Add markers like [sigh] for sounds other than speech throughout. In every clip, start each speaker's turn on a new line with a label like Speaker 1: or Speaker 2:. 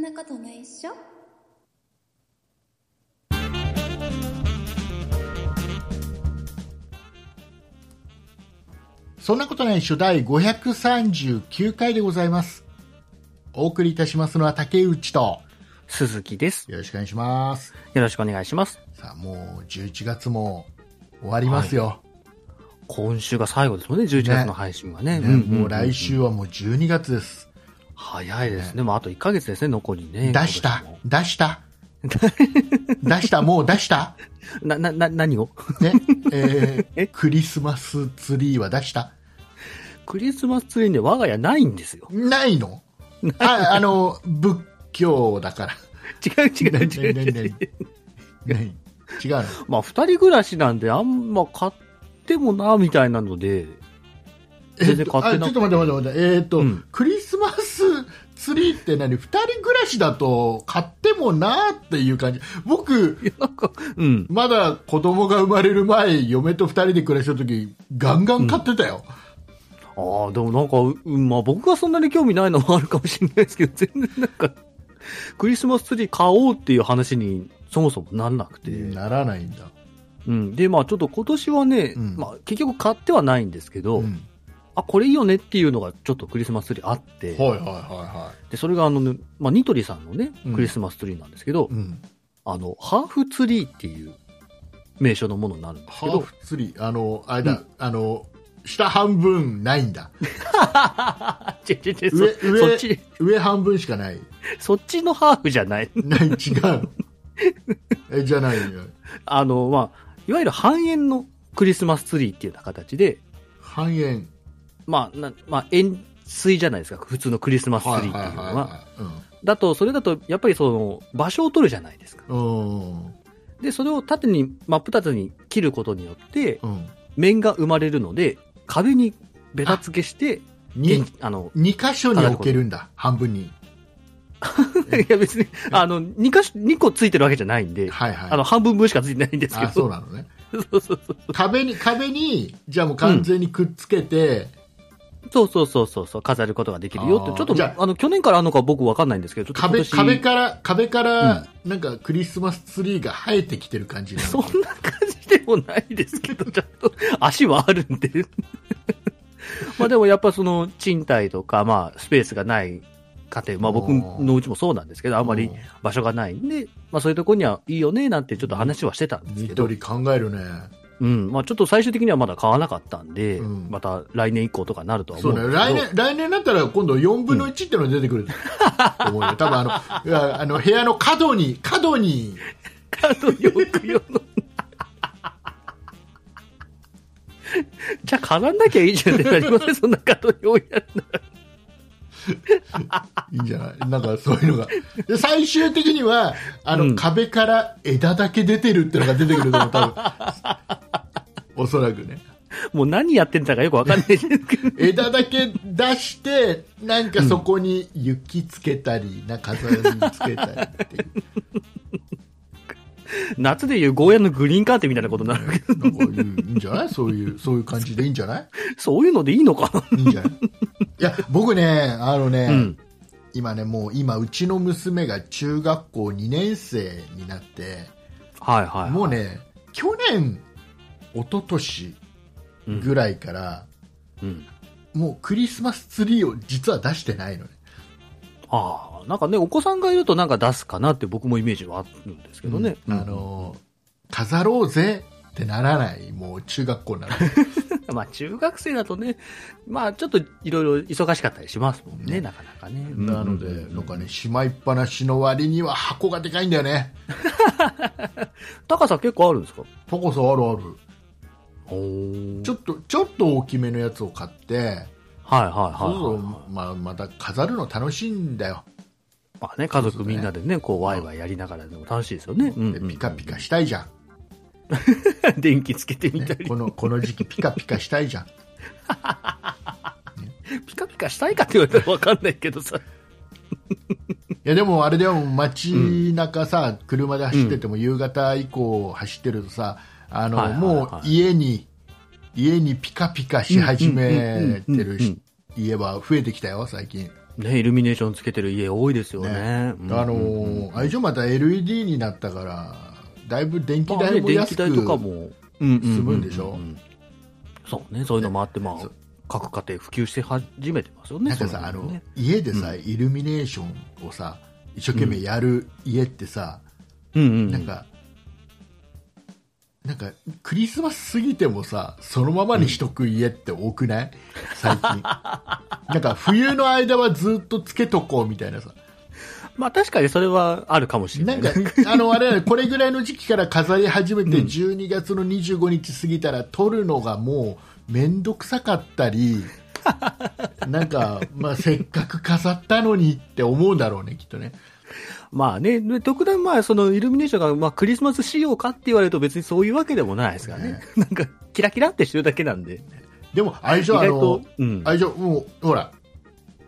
Speaker 1: なことないっしょ
Speaker 2: そんなことない初第539回でございます。お送りいたしますのは竹内と、
Speaker 3: 鈴木です。
Speaker 2: よろしくお願いします。
Speaker 3: よろしくお願いします。
Speaker 2: さあ、もう11月も終わりますよ。
Speaker 3: 今週が最後ですもんね、11月の配信はね。
Speaker 2: ね
Speaker 3: んんん
Speaker 2: もう来。週はもう12月です。
Speaker 3: 早いですね。もうあと1ヶ月ですね、残りね。
Speaker 2: 出した
Speaker 3: 今年も
Speaker 2: 出した出したもう出した
Speaker 3: な、な、な、何を [laughs]
Speaker 2: ね、えークリスマスツリーは出した
Speaker 3: クリスマスツリーね、我が家ないんですよ。
Speaker 2: ないのあ、あの、仏教だから。
Speaker 3: [laughs] 違う違う
Speaker 2: 何
Speaker 3: 違う。
Speaker 2: 何何何違うの
Speaker 3: [laughs] まあ、二人暮らしなんで、あんま買ってもな、みたいなので、全然買って
Speaker 2: あ
Speaker 3: な
Speaker 2: ちょっと待って待って待ってえーっと、
Speaker 3: うん
Speaker 2: クリスマスツリーって何二人暮らしだと買ってもなーっていう感じ僕
Speaker 3: [laughs] うん。
Speaker 2: まだ子供が生まれる前嫁と二人で暮らしてた時ガンガン買ってたよ、
Speaker 3: ああ、でもなんか、うん、まあ僕がそんなに興味ないのもあるかもしれないですけど、全然なんか、クリスマスツリー買おうっていう話にそもそもなんなくて。
Speaker 2: ならないんだ、
Speaker 3: うん。で、まあちょっと今年はね、
Speaker 2: うん
Speaker 3: まあ結局買ってはないんですけど、
Speaker 2: うん
Speaker 3: あ、これいいよねっていうのがちょっとクリスマスツリーあって、
Speaker 2: はいはいはいは
Speaker 3: で、それがあのね、まあニトリさんのね
Speaker 2: うん、
Speaker 3: クリスマスツリーなんですけど、
Speaker 2: い、うん、
Speaker 3: あの、ハーフツリーっていう名称のものになるんです
Speaker 2: ハ
Speaker 3: け
Speaker 2: ー
Speaker 3: ど、
Speaker 2: フツリーあのあれだ、
Speaker 3: うん
Speaker 2: あの下半分ないんだ
Speaker 3: ち [laughs] ょちょちょそ
Speaker 2: 上
Speaker 3: そっ
Speaker 2: 上
Speaker 3: ち、
Speaker 2: 上半分しかない
Speaker 3: そっちのハーフじゃない。 [laughs]
Speaker 2: ない違うえじゃないよ
Speaker 3: あの、まあ、いわゆる半円のクリスマスツリーっていうような形で、
Speaker 2: 半円
Speaker 3: まあ、なまあ、円錐じゃないですか、普通のクリスマスツリーっていうのは。
Speaker 2: いはい、うん
Speaker 3: だと、それだと、やっぱりその、場所を取るじゃないですか。
Speaker 2: うん
Speaker 3: で、それを縦に、真っ二つに切ることによって、
Speaker 2: うん
Speaker 3: 面が生まれるので、壁にベタ付けして、
Speaker 2: に
Speaker 3: 現あの、
Speaker 2: 二箇所に置けるんだ半分に
Speaker 3: [laughs] いや別に、あの、2か所、二個ついてるわけじゃないんで、
Speaker 2: はいはい
Speaker 3: あの、半分分しかついてないんですけ
Speaker 2: あそう
Speaker 3: ど、
Speaker 2: なのね
Speaker 3: そうそうそう
Speaker 2: 壁に壁にじゃあもう完全にくっつけて、
Speaker 3: そうそうそうそうそう、飾ることができるよっ
Speaker 2: あー
Speaker 3: て、ちょっ
Speaker 2: じ
Speaker 3: と、
Speaker 2: ゃ
Speaker 3: あの、去年からあるのか僕わかんないんですけど、ちょっと今
Speaker 2: 壁壁
Speaker 3: 年
Speaker 2: から壁からなんかクリスマスツリーが生えてきてる感じなの
Speaker 3: そんな感じでもないですけど、ちょっと [laughs] 足はあるんで。 [laughs] まあでもやっぱその賃貸とか、まあスペースがない家庭、まあ僕のうちもそうなんですけど、あんまり場所がないんで、まあそういうとこにはいいよねなんてちょっと話はしてたんですけど、
Speaker 2: 緑考えるね
Speaker 3: うん、まあちょっと最終的にはまだ買わなかったんで、
Speaker 2: うん
Speaker 3: また来年以降とかなるとは
Speaker 2: そ
Speaker 3: 思う
Speaker 2: うん
Speaker 3: です
Speaker 2: ね
Speaker 3: け
Speaker 2: 来
Speaker 3: ど。
Speaker 2: 年来年だったら今度4分の1ってのが出てくると思う
Speaker 3: [laughs]
Speaker 2: よ多分あのいやあの部屋の角に角に
Speaker 3: [laughs] カードよくよの。 [laughs] じゃあ飾んなきゃいいじゃんってなりませんそんなカード用意やる
Speaker 2: いいんじゃないなんかそういうのが。で最終的には、あの、
Speaker 3: うん
Speaker 2: 壁から枝だけ出てるってのが出てくると思う、
Speaker 3: [laughs]
Speaker 2: 多分。おそらくね。
Speaker 3: もう何やってんだかよくわかんないですけど。
Speaker 2: 枝だけ出して、なんかそこに雪つけたり、なんか飾りつけたりっていう。
Speaker 3: 夏でいうゴーヤのグリーンカーテンみたいなことになるけ
Speaker 2: な
Speaker 3: ど、
Speaker 2: んかいいんじゃないそういう、そういう感じでいいんじゃない
Speaker 3: [laughs] そういうのでいいのかな、
Speaker 2: いいんじゃないいや、僕ね、あのね、
Speaker 3: うん、
Speaker 2: 今ね、もう今、うちの娘が中学校2年生になって、
Speaker 3: はいはい。
Speaker 2: もうね、去年、一昨年
Speaker 3: うん、
Speaker 2: ぐらいから、
Speaker 3: うん
Speaker 2: もうクリスマスツリーを実は出してないのね。
Speaker 3: ああ、なんかね、お子さんがいるとなんか出すかなって僕もイメージはあるんですけどね。
Speaker 2: うんあのー飾ろうぜってならない、もう中学校なの。
Speaker 3: [laughs] [laughs] うんまあ中学生だとね、まあちょっといろいろ忙しかったりしますもんね、
Speaker 2: ね
Speaker 3: なかなかね。
Speaker 2: なので、
Speaker 3: うん
Speaker 2: なんかね、しまいっぱなしの割には箱がでかいんだよね。
Speaker 3: 高さ結構あるんですか
Speaker 2: 高さあるある。
Speaker 3: おー
Speaker 2: ちょっと、ちょっと大きめのやつを買って、
Speaker 3: はいはいはい
Speaker 2: そうそう
Speaker 3: はい。
Speaker 2: まあ、また飾るの楽しいんだよ。
Speaker 3: まあね、家族みんなでね、こうワイワイやりながらでも楽しいですよね。うん
Speaker 2: でピカピカしたいじゃん。
Speaker 3: [laughs] 電気つけてみ
Speaker 2: ね
Speaker 3: たり。
Speaker 2: この、この時期ピカピカしたいじゃん。
Speaker 3: ピカピカしたいかって言われたらわかんないけどさ。
Speaker 2: いやでもあれでも街中さ、車で走ってても夕方以降走ってるとさ、あの、
Speaker 3: はいはいはい
Speaker 2: もう家に、家にピカピカし始めてる
Speaker 3: うんうんうんうん
Speaker 2: 家は増えてきたよ、最近。
Speaker 3: ね、イルミネーションつけてる家多いですよね。
Speaker 2: ね
Speaker 3: うん
Speaker 2: あの
Speaker 3: うん
Speaker 2: ー、あれ以上また LED になったから、だいぶ電気
Speaker 3: まあ
Speaker 2: 代
Speaker 3: ね
Speaker 2: も
Speaker 3: 電
Speaker 2: 安
Speaker 3: 気
Speaker 2: く、
Speaker 3: 代とかも、うん
Speaker 2: 済むんでしょ
Speaker 3: そうね、そういうのもあって、ま
Speaker 2: そ
Speaker 3: あ、各家庭普及して始めてますよね。
Speaker 2: なんか
Speaker 3: そ
Speaker 2: さ、あの
Speaker 3: の辺ね、
Speaker 2: 家でさ、イルミネーションをさ、一生懸命やる家ってさ、
Speaker 3: うんうん。
Speaker 2: なんか、なんか、クリスマス過ぎてもさ、そのままにしとく家って多く
Speaker 3: [laughs]
Speaker 2: ない最近。なんか、冬の間はずっとつけとこうみたいな
Speaker 3: [laughs]
Speaker 2: さ。
Speaker 3: まあ確かにそれはあるかもしれな
Speaker 2: ないん
Speaker 3: ね。
Speaker 2: か、あの、あれだねこれぐらいの時期から飾り始めて、12月の25日過ぎたら、取るのがもう、めんどくさかった
Speaker 3: [laughs]
Speaker 2: り、なんか、まあ、せっかく飾ったのにって思うんだろうね、きっとね。
Speaker 3: まあね、で特段まあそのイルミネーションがまあクリスマス仕様かって言われると別にそういうわけでもないですからね。
Speaker 2: ね
Speaker 3: なんかキラキラってしてるだけなんで。
Speaker 2: でも、あれでしょ、あ
Speaker 3: 意外と
Speaker 2: の、
Speaker 3: うん
Speaker 2: あれでしょ、もう、ほら、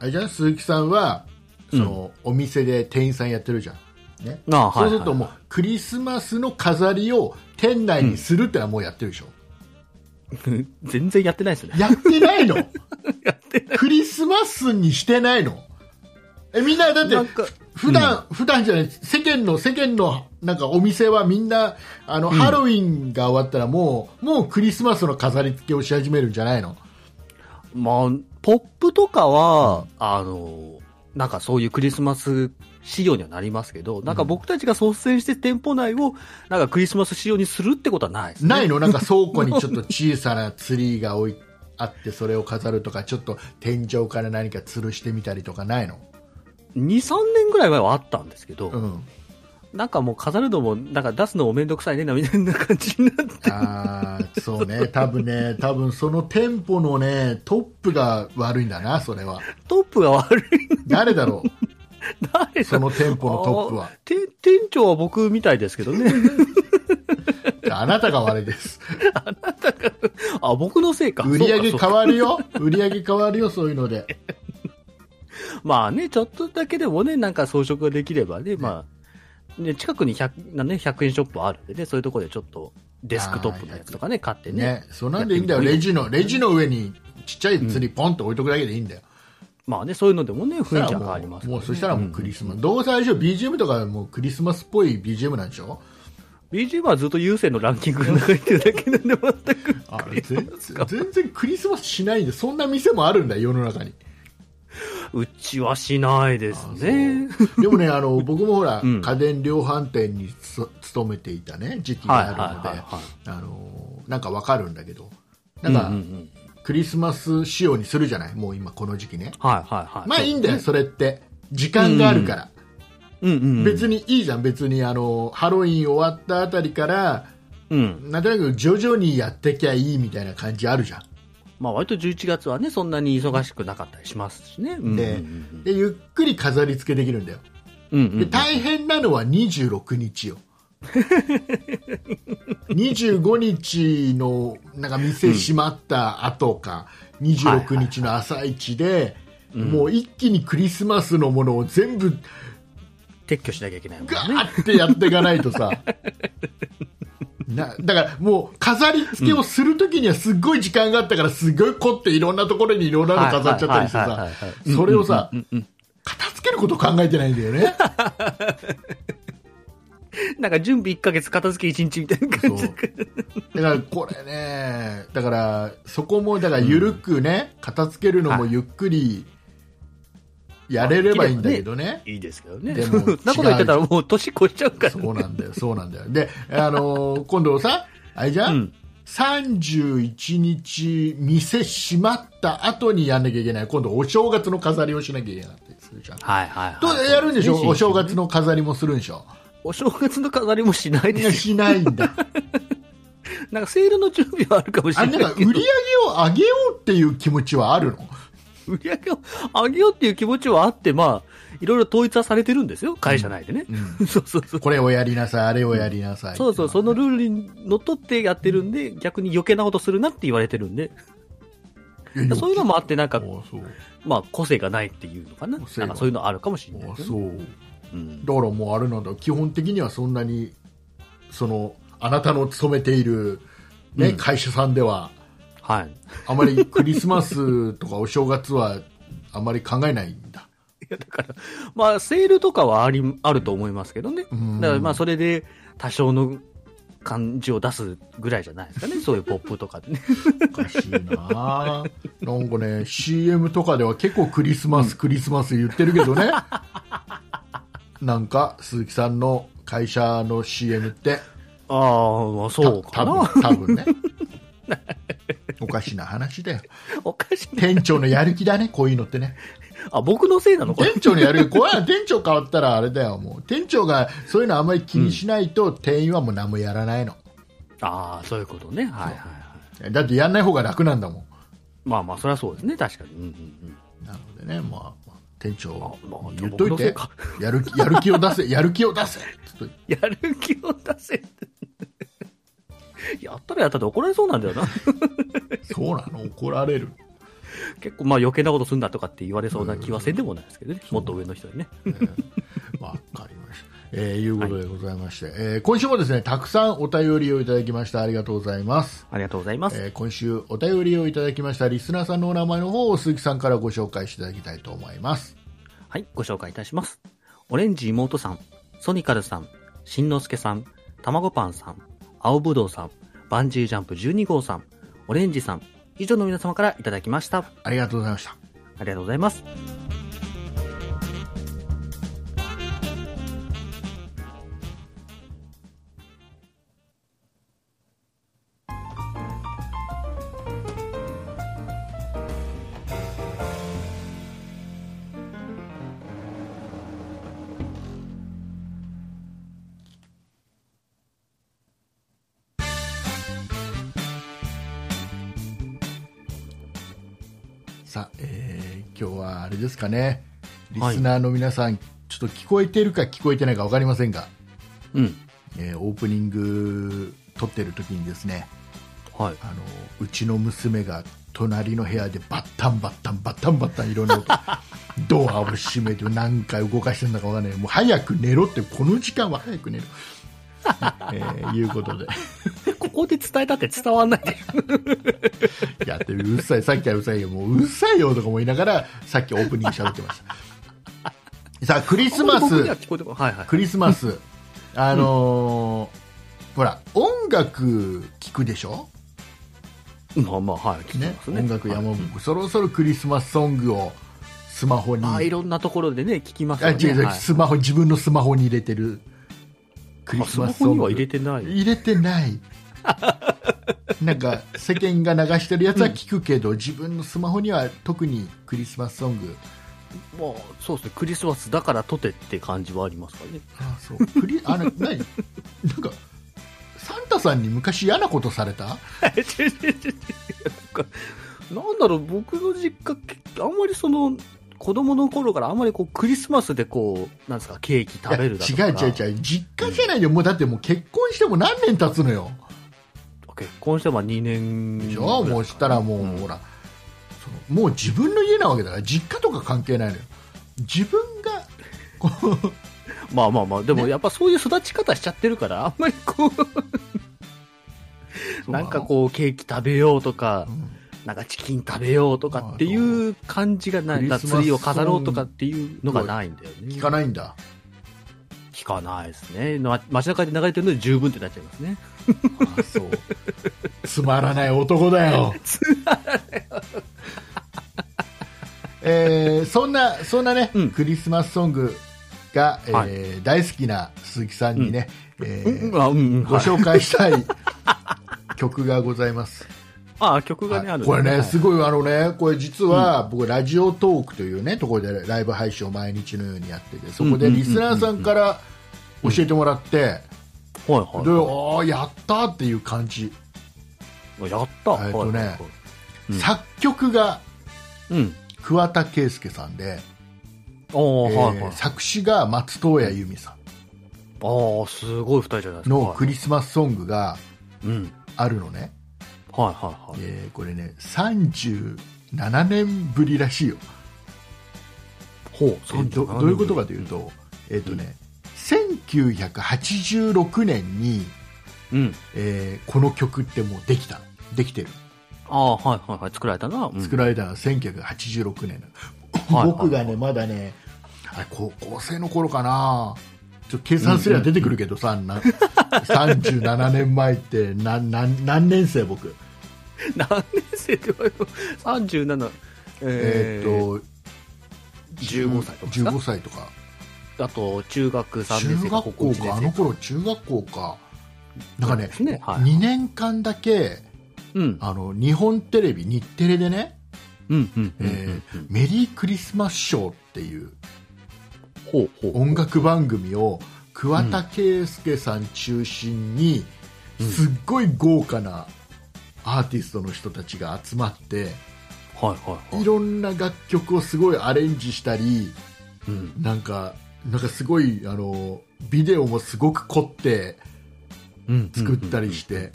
Speaker 2: あれじゃん、鈴木さんは、その、お店で店員さんやってるじゃん。ね。
Speaker 3: ああはい
Speaker 2: そ
Speaker 3: は
Speaker 2: う
Speaker 3: い
Speaker 2: すると、もう、クリスマスの飾りを店内にするってのはもうやってるでしょ。
Speaker 3: 全然やってないですね。
Speaker 2: やってない
Speaker 3: [laughs]
Speaker 2: のクリスマスにしてないのえみんなだって
Speaker 3: なんか
Speaker 2: 普段、普段じゃない世間の世間のなんかお店はみんなあの、ハロウィンが終わったらもうもうクリスマスの飾り付けをし始めるんじゃないの
Speaker 3: まあ、ポップとかは、あの、なんかそういうクリスマス仕様にはなりますけど、なんか僕たちが率先して店舗内をなんかクリスマス仕様にするってことはないですね。
Speaker 2: ないのなんか倉庫にちょっと小さなツリーが置いあってそれを飾るとかちょっと天井から何か吊るしてみたりとかないの、
Speaker 3: 2、3年ぐらい前はあったんですけど、
Speaker 2: うん、
Speaker 3: なんかもう飾るのも、なんか出すのもめんどくさいね、みたいな感じになって。
Speaker 2: あーそうね多分ね多分その店舗のねトップが悪いんだなそれは
Speaker 3: トップが悪いん
Speaker 2: 誰だろう、
Speaker 3: だよ。
Speaker 2: その店舗のトップは
Speaker 3: あ。ー。て店長は僕みたいですけどね。
Speaker 2: [laughs] あなたが悪いです。
Speaker 3: あ、僕のせいか。
Speaker 2: 売り上げ
Speaker 3: そ
Speaker 2: 変
Speaker 3: うか
Speaker 2: わるよ。売り上げ変わるよ、そういうので。
Speaker 3: そうかまあね、ちょっとだけでもね、なんか装飾ができればね、まあ、ね、近くに 100, なね100円ショップあるんでね、そういうところでちょっとデスクトップのやつとかね、買ってね。
Speaker 2: ね。そんなんでいいんだよ。
Speaker 3: やって
Speaker 2: レ
Speaker 3: み
Speaker 2: ジの、レジの上にちっちゃい釣りポンと置いとくだけでいいんだよ。
Speaker 3: まあね、そういうのでもね、雰囲気は変わり
Speaker 2: も
Speaker 3: ま
Speaker 2: う、
Speaker 3: すから
Speaker 2: も
Speaker 3: ね、
Speaker 2: うそしたらもうクリスマス。どうせあれでしょ BGM とかもうクリスマスっぽい BGM なんでしょ
Speaker 3: BGM はずっと優先のランキングが流れてるだけなんで、全く。
Speaker 2: [laughs] あれ全然、全然クリスマスしないんで、そんな店もあるんだよ、世の中に。
Speaker 3: うちはしないですね。
Speaker 2: でもね、あの、僕もほら、
Speaker 3: うん
Speaker 2: 家電量販店につ勤めていたね、時期があるの
Speaker 3: はい
Speaker 2: で
Speaker 3: はいはいはい、
Speaker 2: あの、なんかわかるんだけど、なんか、
Speaker 3: うんうんうん
Speaker 2: クリスマス仕様にするじゃないもう今この時期ね
Speaker 3: はいはいはい。
Speaker 2: まあいいんだよそれって時間があるから、
Speaker 3: うんうん。
Speaker 2: 別にいいじゃん別にあのハロウィン終わったあたりから
Speaker 3: うん。
Speaker 2: なんとなく徐々にやってきゃいいみたいな感じあるじゃん、
Speaker 3: まあ割と11月はね、そんなに忙しくなかったりしますしね。うんうん
Speaker 2: ででゆっくり飾り付けできるんだよ
Speaker 3: うんうん。
Speaker 2: で大変なのは26日
Speaker 3: [laughs]
Speaker 2: よ25日のなんか店閉まった後か、26日の朝一で、もう一気にクリスマスのものを全部
Speaker 3: 撤去しなきゃいけないもんね
Speaker 2: ガ。ーってやっていかないとさ [laughs] なだからもう飾り付けをするときにはすごい時間があったからすごい凝っていろんなところにいろんなの飾っちゃったりして
Speaker 3: はいはいはい
Speaker 2: さ
Speaker 3: はいはい
Speaker 2: それをさ片付けることを考えてないんだよね
Speaker 3: なんか準備1ヶ月、片付け1日みたいな
Speaker 2: そ
Speaker 3: 感
Speaker 2: うだ
Speaker 3: じ。
Speaker 2: からこれねだからそこもだから緩くね、片付けるのもゆっくりやれればいいんだけどね
Speaker 3: いいですけどね。
Speaker 2: で
Speaker 3: そ
Speaker 2: も
Speaker 3: んなこと言ってたらもう年越しちゃうから
Speaker 2: そう
Speaker 3: ね。
Speaker 2: なんだよ、そうなんだよ。で、あのー今度さ、あれじゃん、
Speaker 3: うん
Speaker 2: 31日、店閉まった後にやんなきゃいけない。今度、お正月の飾りをしなきゃいけなかったりするじゃん。
Speaker 3: はいはいはい。
Speaker 2: とやるんでしょお正月
Speaker 3: の。
Speaker 2: の飾りもするんでしょ
Speaker 3: お正月の飾りもしない
Speaker 2: い
Speaker 3: で
Speaker 2: や、
Speaker 3: す
Speaker 2: しないん
Speaker 3: [laughs]
Speaker 2: だ。
Speaker 3: よ。なんかセールの準備はあるかもし
Speaker 2: あ
Speaker 3: れ
Speaker 2: れ、
Speaker 3: な
Speaker 2: ないんか、売
Speaker 3: け
Speaker 2: り
Speaker 3: ど
Speaker 2: 上げ。を上げようっていう気持ちはあるの
Speaker 3: 売り上げを上げようっていう気持ちはあって、まあ、いろいろ統一はされてるんですよ。会社内でね。 [laughs] そうそうそう。
Speaker 2: これをやりなさい、あれをやりなさい。
Speaker 3: そうそう、そのルールにのっとってやってるんで、逆に余計なことするなって言われてるんで、
Speaker 2: いや
Speaker 3: そういうのもあって、なん
Speaker 2: あ
Speaker 3: か、
Speaker 2: そう。
Speaker 3: まあ、個性がないっていうのかな。
Speaker 2: 個性
Speaker 3: な
Speaker 2: が
Speaker 3: んかそういうのあるかもしれない
Speaker 2: あ
Speaker 3: ですね、
Speaker 2: そう。
Speaker 3: うん
Speaker 2: だからもうあれなんだ基本的にはそんなにそのあなたの勤めている、ね
Speaker 3: うん
Speaker 2: 会社さんでは
Speaker 3: はい。
Speaker 2: あまりクリスマスとかお正月はあまり考えないんだ
Speaker 3: や、だから、まあ、セールとかはあり、あると思いますけどね。
Speaker 2: うん
Speaker 3: だから、まあ、それで、多少の感じを出すぐらいじゃないですか [laughs] ね。そういうポップとかってね。
Speaker 2: おかしいななんかね CM とかでは結構クリスマス、クリスマス言ってるけどねなんか鈴木さんの会社の CM って
Speaker 3: ああ、まあ、そう
Speaker 2: た多
Speaker 3: かな。
Speaker 2: 分多分ねおかしな話だよ
Speaker 3: おかしいね。
Speaker 2: 店長のやる気だねこういうのってね
Speaker 3: あ、僕のせいなの [laughs] これ。
Speaker 2: 店長のやる気これは店長変わったらあれだよもう店長がそういうのあんまり気にしないと、店員はもう何もやらないの
Speaker 3: ああ、そういうことね。はいはいはい。
Speaker 2: だってやんない方が楽なんだもん
Speaker 3: まあまあ、そりゃそうですね。確かに。うんうん
Speaker 2: なのでね、まあ、店長
Speaker 3: あまあ、
Speaker 2: 言っとい
Speaker 3: 僕のせ
Speaker 2: て
Speaker 3: いか、
Speaker 2: やる [laughs] 気やる気を出せ、やる気を出せちょっと
Speaker 3: やる気を出せって。 [laughs] やったらやったって怒られそうなんだよな。
Speaker 2: そうなの、怒られる、
Speaker 3: 結構まあ余計なことすんだとかって言われそうな気はせんでもないですけどね。もっと上の人にね。
Speaker 2: えーわかりました。えーいうことでございまして、えー今週もですね、たくさんお便りをいただきました。ありがとうございます。
Speaker 3: ありがとうございます。
Speaker 2: えー今週お便りをいただきましたリスナーさんのお名前の方を鈴木さんからご紹介していただきたいと思います。
Speaker 3: はい、ご紹介いたします。オレンジ妹さん、ソニカルさん、しんのすけさん、たまごパンさん、青ぶどうさん、バンジージャンプ12号さん、オレンジさん、以上の皆様からいただきました。あ
Speaker 2: ありがとうございました。
Speaker 3: りがとうございます。
Speaker 2: さあ、えー今日はあれですかね、リスナーの皆さん、ちょっと聞こえてるか聞こえてないかわかりませんが、
Speaker 3: うん。
Speaker 2: えーオープニング撮ってる時にですね
Speaker 3: はい。
Speaker 2: あのうちの娘が隣の部屋でバッタンバッタンバッタンバッタンいろんな音ドアを閉めて何回動かしてるんだかわかんないもう早く寝ろってこの時間は早く寝ろ、えーいうことで
Speaker 3: ここで伝えたって伝わんないでしょ。
Speaker 2: やってるうっさいさっきはうるさいよもううっさいよとかも言いながらさっきオープニング喋ってましたさあクリスマ
Speaker 3: ここで僕に
Speaker 2: ス
Speaker 3: は聞こえてこないはいはい。
Speaker 2: クリスマスあのーほら音楽聞くでしょ
Speaker 3: まあまあ、はい。聞いて
Speaker 2: ね
Speaker 3: ますね。
Speaker 2: 音楽や
Speaker 3: はい
Speaker 2: も、そろそろクリスマスソングをスマホに
Speaker 3: ああ、いろんなところでね、聞きます
Speaker 2: あ
Speaker 3: よ
Speaker 2: 違う
Speaker 3: ね。
Speaker 2: 違う
Speaker 3: はい
Speaker 2: スマホ自分のスマホに入れてるクリ
Speaker 3: あ
Speaker 2: ス
Speaker 3: ス
Speaker 2: マ
Speaker 3: マ
Speaker 2: スソン
Speaker 3: ホに
Speaker 2: グ
Speaker 3: は入れてない。
Speaker 2: 入れてない [laughs] なんか世間が流してるやつは聞くけど、自分のスマホには特にクリスマスソング
Speaker 3: まあ、そうですね。クリスマスだからとてって感じはありま
Speaker 2: [laughs]
Speaker 3: すからね。
Speaker 2: あそうクリあの [laughs] 何なんかサンタさんに昔嫌なことされた
Speaker 3: 違う違う違う違うなんかなんだろう、僕の実家、あんまりその、子供の頃からあんまりこう、クリスマスでこう、なんですか、ケーキ食べるだと
Speaker 2: い
Speaker 3: か。
Speaker 2: や違う違う違う実家じゃないよ、もうだってもう結婚しても何年経つのよ
Speaker 3: 結婚してまあ2年
Speaker 2: で
Speaker 3: ぐ
Speaker 2: し
Speaker 3: らい
Speaker 2: ょ、もうしたらもう、
Speaker 3: うん
Speaker 2: ほらそのもう自分の家なわけだから実家とか関係ないのよ自分がこう
Speaker 3: まあまあまあ、でもやっぱそういう育ち方しちゃってるから、あんまりこう、なんかこう、ケーキ食べようとか
Speaker 2: う、ん
Speaker 3: なんかチキン食べようとかっていう感じがな
Speaker 2: クリ
Speaker 3: い。
Speaker 2: スマ
Speaker 3: なん
Speaker 2: ス
Speaker 3: かツリーを飾ろうとかっていうのがないんだよね。
Speaker 2: 聞かないんだ
Speaker 3: 聞かないですね。ま街中で流れてるので十分ってなっちゃいますね。
Speaker 2: あそうつまらない男だよつまらない男えーそんなそんなね、
Speaker 3: うん
Speaker 2: クリスマスソングが、えー
Speaker 3: は
Speaker 2: 大好きな鈴木さんにね、えー
Speaker 3: うんあ、うんうん、
Speaker 2: ご紹介したい曲がございます
Speaker 3: あ、曲がね、あるんです
Speaker 2: これね、
Speaker 3: はい
Speaker 2: すごいあのね、これ実は僕、ラジオトークというね、ところでライブ配信を毎日のようにやってて、そこでリスナーさんから教えてもらって、
Speaker 3: はい
Speaker 2: で、あ
Speaker 3: は
Speaker 2: ーやったーっていう感じ。
Speaker 3: い。やった。
Speaker 2: えっとね
Speaker 3: はいはいはいうん
Speaker 2: 作曲が
Speaker 3: うん。
Speaker 2: 桑田佳祐さんで、
Speaker 3: お
Speaker 2: えー
Speaker 3: ー、はいはい。
Speaker 2: 作詞が松任谷由実さ
Speaker 3: あー、すごい二人じゃないです
Speaker 2: ん
Speaker 3: か。
Speaker 2: の
Speaker 3: はい
Speaker 2: クリスマスソングが
Speaker 3: うん。はい
Speaker 2: あるのね。
Speaker 3: はいはい。
Speaker 2: えーこれね、37年ぶりらしいよ。
Speaker 3: ほう、
Speaker 2: え
Speaker 3: 三
Speaker 2: ーどどういうことかというと、えっとね、1986年に、
Speaker 3: うん。
Speaker 2: えーこの曲ってもうできたできてる
Speaker 3: あー、はいはいはい。作られたな。うん
Speaker 2: 作られたのは1986年なの、
Speaker 3: はい
Speaker 2: 僕がねまだねあれ高校生の頃かなちょっと計算すれば出てくるけどさ、あんな37年前ってなな何年生僕
Speaker 3: [laughs] 何年生って言われても37
Speaker 2: え
Speaker 3: え
Speaker 2: ーっと
Speaker 3: 15歳とかですか
Speaker 2: 15歳とか
Speaker 3: とあと中学3年
Speaker 2: 中
Speaker 3: 生
Speaker 2: 学校
Speaker 3: か高校
Speaker 2: か
Speaker 3: 1
Speaker 2: あの
Speaker 3: 年生
Speaker 2: 頃中学校かなんかね
Speaker 3: そうですねはい
Speaker 2: 2年間だけ
Speaker 3: うん
Speaker 2: あの日本テレビ日テレでね、
Speaker 3: うんうんうんう
Speaker 2: え
Speaker 3: んう
Speaker 2: ー
Speaker 3: ん
Speaker 2: メリークリスマスショーっていう
Speaker 3: ほうほう
Speaker 2: 音楽番組を桑田佳祐さん中心に
Speaker 3: うん
Speaker 2: すっごい豪華なアーティストの人たちが集まって
Speaker 3: はいはいはいい
Speaker 2: ろんな楽曲をすごいアレンジしたり
Speaker 3: うん
Speaker 2: なんかなんかすごいあのビデオもすごく凝って
Speaker 3: うん
Speaker 2: 作ったりして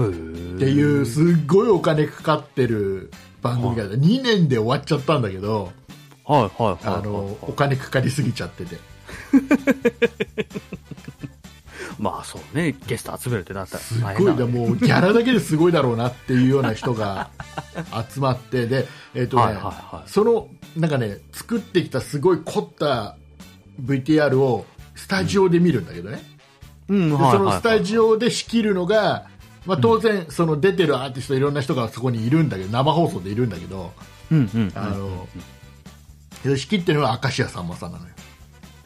Speaker 3: うんう
Speaker 2: っ
Speaker 3: んへ
Speaker 2: て
Speaker 3: え
Speaker 2: いうすっごいお金かかってる番組が2年で終わっちゃったんだけど
Speaker 3: はいはいはい
Speaker 2: あ
Speaker 3: はいはい
Speaker 2: のお金かかりすぎちゃってて。
Speaker 3: まあそうねゲスト集めるってなったら
Speaker 2: す
Speaker 3: 大変
Speaker 2: ご
Speaker 3: だ
Speaker 2: いだ
Speaker 3: ね
Speaker 2: もうギャラだけですごいだろうなっていうような人が集まってで、えっとね
Speaker 3: はいはいはい
Speaker 2: そのなんかね作ってきたすごい凝った VTR をスタジオで見るんだけどね、
Speaker 3: うん
Speaker 2: でそのスタジオで仕切るのが、まあ、当然その出てるアーティストいろんな人がそこにいるんだけど生放送でいるんだけど
Speaker 3: オうんうん
Speaker 2: あの、仕切ってるのは明石家さんまさんなのよ。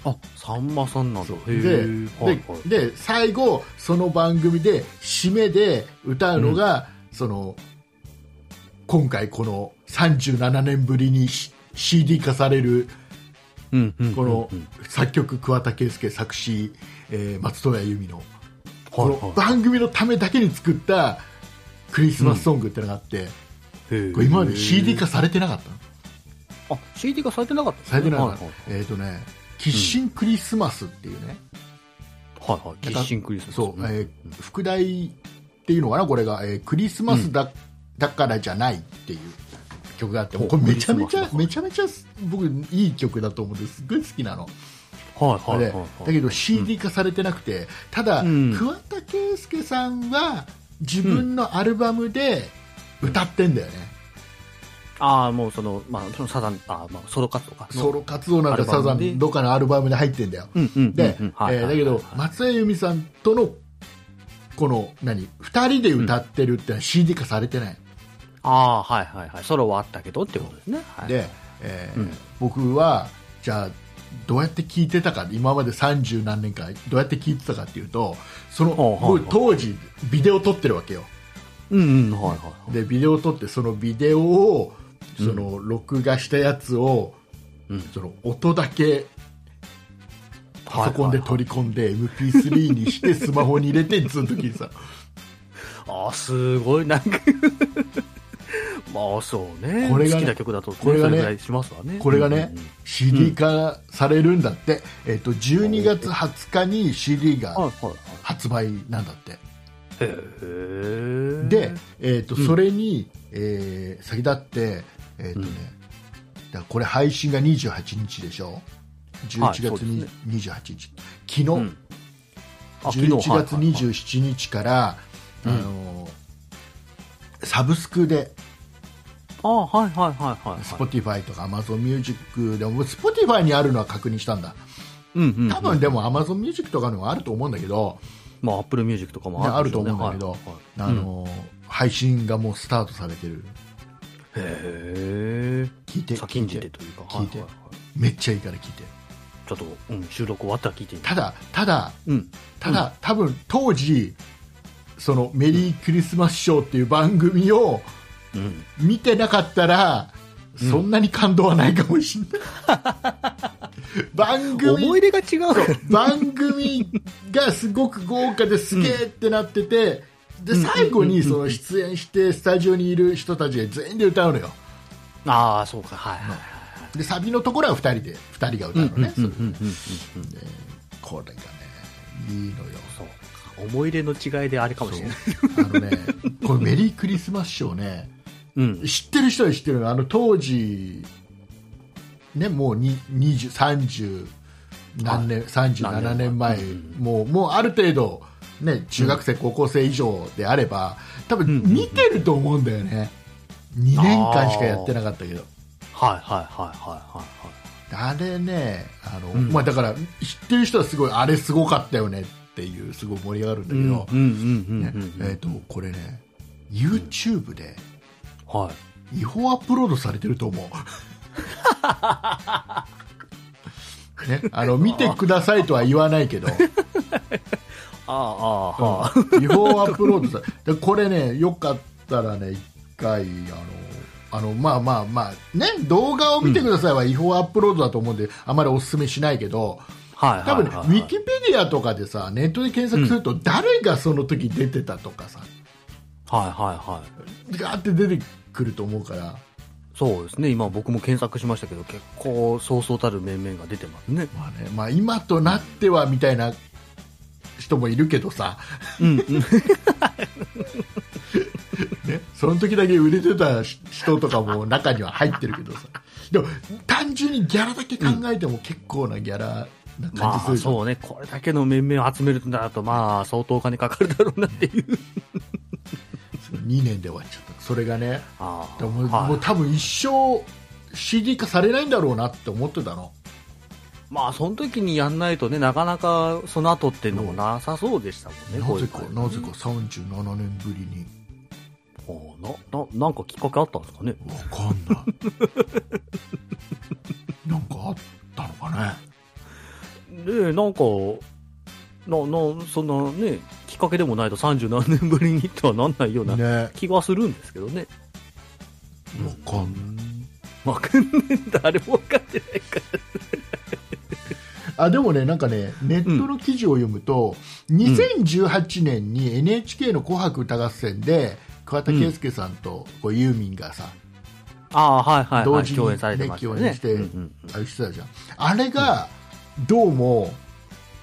Speaker 3: あさんまさんなんだへ
Speaker 2: でで
Speaker 3: えはいはい
Speaker 2: で最後、その番組で締めで歌うのが、その今回、この37年ぶりに C- CD 化される
Speaker 3: うんうんうんうん
Speaker 2: この
Speaker 3: はい
Speaker 2: 作曲、桑田佳祐作詞、えー松任谷由実のこの
Speaker 3: は
Speaker 2: 番組のためだけに作ったクリスマスソングってのがあって、
Speaker 3: いへえ
Speaker 2: これ今まで CD 化されてなかったの
Speaker 3: あ CD 化されてなかったんです
Speaker 2: さ
Speaker 3: ね
Speaker 2: れてなかった、
Speaker 3: はい
Speaker 2: えーとね、キッシンクリスマスっていうね。
Speaker 3: はいはいはいキッシンクリスマス
Speaker 2: そう、
Speaker 3: ん
Speaker 2: えー副題っていうのかなこれが、えークリスマスだ,、だからじゃないっていう曲があってもうこれめちゃめちゃ
Speaker 3: ク
Speaker 2: め
Speaker 3: リ
Speaker 2: ちゃめちゃ僕いい曲だと思うんですごい好きなの、
Speaker 3: はいはい
Speaker 2: で
Speaker 3: はい
Speaker 2: だけど CD 化されてなくて、ただ、
Speaker 3: うん
Speaker 2: 桑田佳祐さんは自分のアルバムで歌ってんだよね、
Speaker 3: ああもうそのまあそのサザンあーまあソロ活動か
Speaker 2: ソロ活動なんか
Speaker 3: ア
Speaker 2: サ
Speaker 3: ルバ
Speaker 2: ザ
Speaker 3: ムで
Speaker 2: ンどっかのアルバムで入ってんだよ、
Speaker 3: うんうんうんうん
Speaker 2: で、
Speaker 3: はい
Speaker 2: え
Speaker 3: はい
Speaker 2: ー
Speaker 3: は
Speaker 2: だ
Speaker 3: い
Speaker 2: けど松江由美さんとのこの何二人で歌ってるってのは CD 化されてない、
Speaker 3: ああーはいはいはいソロはあったけどってことですねはい
Speaker 2: で、えー
Speaker 3: うん
Speaker 2: 僕はじゃあどうやって聞いてたか今まで三十何年間どうやって聞いてたかっていうとその
Speaker 3: ほうほうほう
Speaker 2: 僕当時ビデオ撮ってるわけよ
Speaker 3: うんうんはいはいはい
Speaker 2: でビデオ撮ってそのビデオをその録画したやつを、
Speaker 3: うん
Speaker 2: その音だけパソコンで取り込んで MP3 にしてスマホに入れてずっと聞いてた
Speaker 3: あーすごいなんか [laughs] まあそうね
Speaker 2: これがね
Speaker 3: 好きな曲だと、ね、
Speaker 2: これがね
Speaker 3: そぐらいしますわね
Speaker 2: これがね、
Speaker 3: うんうん
Speaker 2: CD 化されるんだって、えっと12月20日に CD
Speaker 3: はい
Speaker 2: が
Speaker 3: はいはい
Speaker 2: 発売なんだって、
Speaker 3: へえ
Speaker 2: で、えっとそれに、えー先立って、えっとねだからこれ配信が28日でしょ11
Speaker 3: はい
Speaker 2: 月
Speaker 3: そうです
Speaker 2: に
Speaker 3: ね
Speaker 2: 28日、昨日、
Speaker 3: うんあ昨日
Speaker 2: 11月
Speaker 3: はいはいはい
Speaker 2: 27日から、
Speaker 3: うん
Speaker 2: あのサブスクで
Speaker 3: ああはいはいはいはいはい
Speaker 2: Spotify とか AmazonMusic でも Spotify にあるのは確認したんだ
Speaker 3: うんうんうん
Speaker 2: 多分でも AmazonMusic とかのはあると思うんだけど、
Speaker 3: まあアップルミュージックとかも
Speaker 2: ねあ
Speaker 3: ある
Speaker 2: ると
Speaker 3: でしょうね
Speaker 2: 思うんだけど、
Speaker 3: はい
Speaker 2: あの配信がもうスタートされてる
Speaker 3: はいへ
Speaker 2: 聞いて
Speaker 3: え先
Speaker 2: 聞
Speaker 3: ん
Speaker 2: い
Speaker 3: じて
Speaker 2: て
Speaker 3: というか
Speaker 2: 聞いて
Speaker 3: ははは
Speaker 2: めっちゃいいから聞いて
Speaker 3: ちょっと、うん、収録終わったら聞いてみ
Speaker 2: ただただ
Speaker 3: うん
Speaker 2: ただ、多分当時そのメリークリスマスショーっていう番組を
Speaker 3: うん
Speaker 2: 見てなかったら、
Speaker 3: うん
Speaker 2: そんなに感動はないかもしれない
Speaker 3: [laughs]
Speaker 2: 番組
Speaker 3: 思い出が違うから
Speaker 2: 番組がすごく豪華ですげえってなってて、で
Speaker 3: うん
Speaker 2: 最後に
Speaker 3: うんうん
Speaker 2: その出演してスタジオにいる人たちが全員で歌うのよ
Speaker 3: ああそうかはいはい
Speaker 2: でサビのところは2人で2人が歌
Speaker 3: う
Speaker 2: うんの
Speaker 3: うん
Speaker 2: ね、
Speaker 3: うんうんうんうん
Speaker 2: それでこれがねいいのよ
Speaker 3: そうか思い出の違いであれかもしれない
Speaker 2: そうあのねこれメリークリスマスショーね
Speaker 3: うん
Speaker 2: 知ってる人は知ってるのあの当時ねもうに20 30何年37年前
Speaker 3: 何年
Speaker 2: もうもうある程度ね中学生、高校生以上であれば多
Speaker 3: うん
Speaker 2: 分
Speaker 3: うんうん
Speaker 2: 見てると思うんだよね、2年間しかやってなかったけど
Speaker 3: はいはいはいはいはいはい。
Speaker 2: あれねあの、
Speaker 3: ん
Speaker 2: まあ、だから知ってる人はすごいあれすごかったよねっていうすごい盛り上がるんだけど、ねえー、とこれね YouTube で
Speaker 3: はい。
Speaker 2: 違法アップロードされてると思う、 [laughs] ね、あの見てくださいとは言わないけど
Speaker 3: ああ、ああ、はあ。
Speaker 2: 違法アップロードさでこれねよかったらね一回あのあのまあまあまあね動画を見てくださいは違法アップロードだと思うんで、あまりおすすめしないけど
Speaker 3: はい
Speaker 2: 多
Speaker 3: はい
Speaker 2: 分ね、
Speaker 3: はいはい。
Speaker 2: ウィキペディアとかでさネットで検索すると、誰がその時出てたとかさ
Speaker 3: はいはいはい。
Speaker 2: ガーって出てくると思うから
Speaker 3: そうですね、今僕も検索しましたけど、結構、そうそうたる面々が出てますね。
Speaker 2: まあねまあ、今となってはみたいな人もいるけどさ、 [laughs]
Speaker 3: うん、うん。
Speaker 2: ね、その時だけ売れてた人とかも中には入ってるけどさでも単純にギャラだけ考えても結構なギャラな
Speaker 3: ま
Speaker 2: 感
Speaker 3: あ、
Speaker 2: じする、
Speaker 3: そうね、これだけの面々を集めるとなると、まあ、相当お金かかるだろうなっていう。
Speaker 2: 2年で終わっちゃったそれがね
Speaker 3: [laughs] あ
Speaker 2: でも,、
Speaker 3: はい
Speaker 2: もう多分一生 CD 化されないんだろうなって思ってたの
Speaker 3: まあ、その時にやんないとね、なかなかその後っていうのもなさそうでしたもんね、
Speaker 2: な
Speaker 3: こうい
Speaker 2: ぜ
Speaker 3: う
Speaker 2: か
Speaker 3: のね
Speaker 2: なぜか37年ぶりに
Speaker 3: ああなななんかきっかけあったんですかね。
Speaker 2: わかんない [laughs] なんかあったのかね
Speaker 3: で、なんか、な、な、そんなね、きっかけでもないと30何年ぶりにとはなんないような
Speaker 2: ね
Speaker 3: 気がするんですけどね。
Speaker 2: わかんない
Speaker 3: わかんねえんだ、あれもわかってないから。
Speaker 2: あでもね、なんかね、ネットの記事を読むと、2018年に NHK の紅白歌合戦で、桑田佳祐さんとこうユーミンがさ、
Speaker 3: ああ、はいはい、はい。
Speaker 2: 同時に
Speaker 3: 共演されてましたよ
Speaker 2: ね共
Speaker 3: ね。
Speaker 2: 演して
Speaker 3: うんうんうん
Speaker 2: あれしてたじゃん、あれがどうも、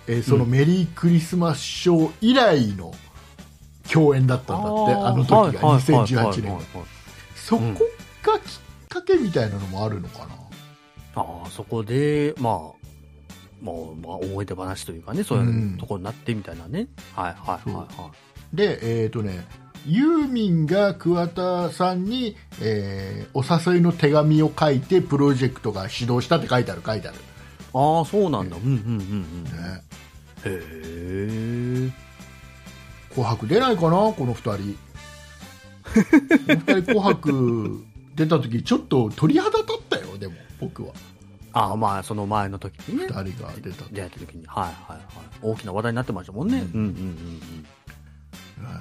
Speaker 2: えーそのメリークリスマスショー以来の共演だったんだって、あの時が、
Speaker 3: はいはいはいはい
Speaker 2: 2018年が
Speaker 3: はいはい
Speaker 2: そこがきっかけみたいなのもあるのかな。
Speaker 3: ああ、そこで、まあ、まあ、まあ、思い出話というかね、そう
Speaker 2: う
Speaker 3: い
Speaker 2: ん
Speaker 3: うところになってみたいなね。はいはいはいはい。
Speaker 2: で、えーとね、ユーミンが桑田さんに、えーお誘いの手紙を書いてプロジェクトが始動したって書いてある書いてある、
Speaker 3: ああ、そうなんだ。うんうんうんうん。へ
Speaker 2: ね、
Speaker 3: え。
Speaker 2: 紅白出ないかなこの2人この2人紅白出た時ちょっと鳥肌立ったよでも僕は
Speaker 3: ああ、まあ、その前の時に
Speaker 2: 2
Speaker 3: ね。
Speaker 2: 人が出た時、ね
Speaker 3: 出会った時に。はいはいはい。大きな話題になってましたもんね。うんうんうんうん。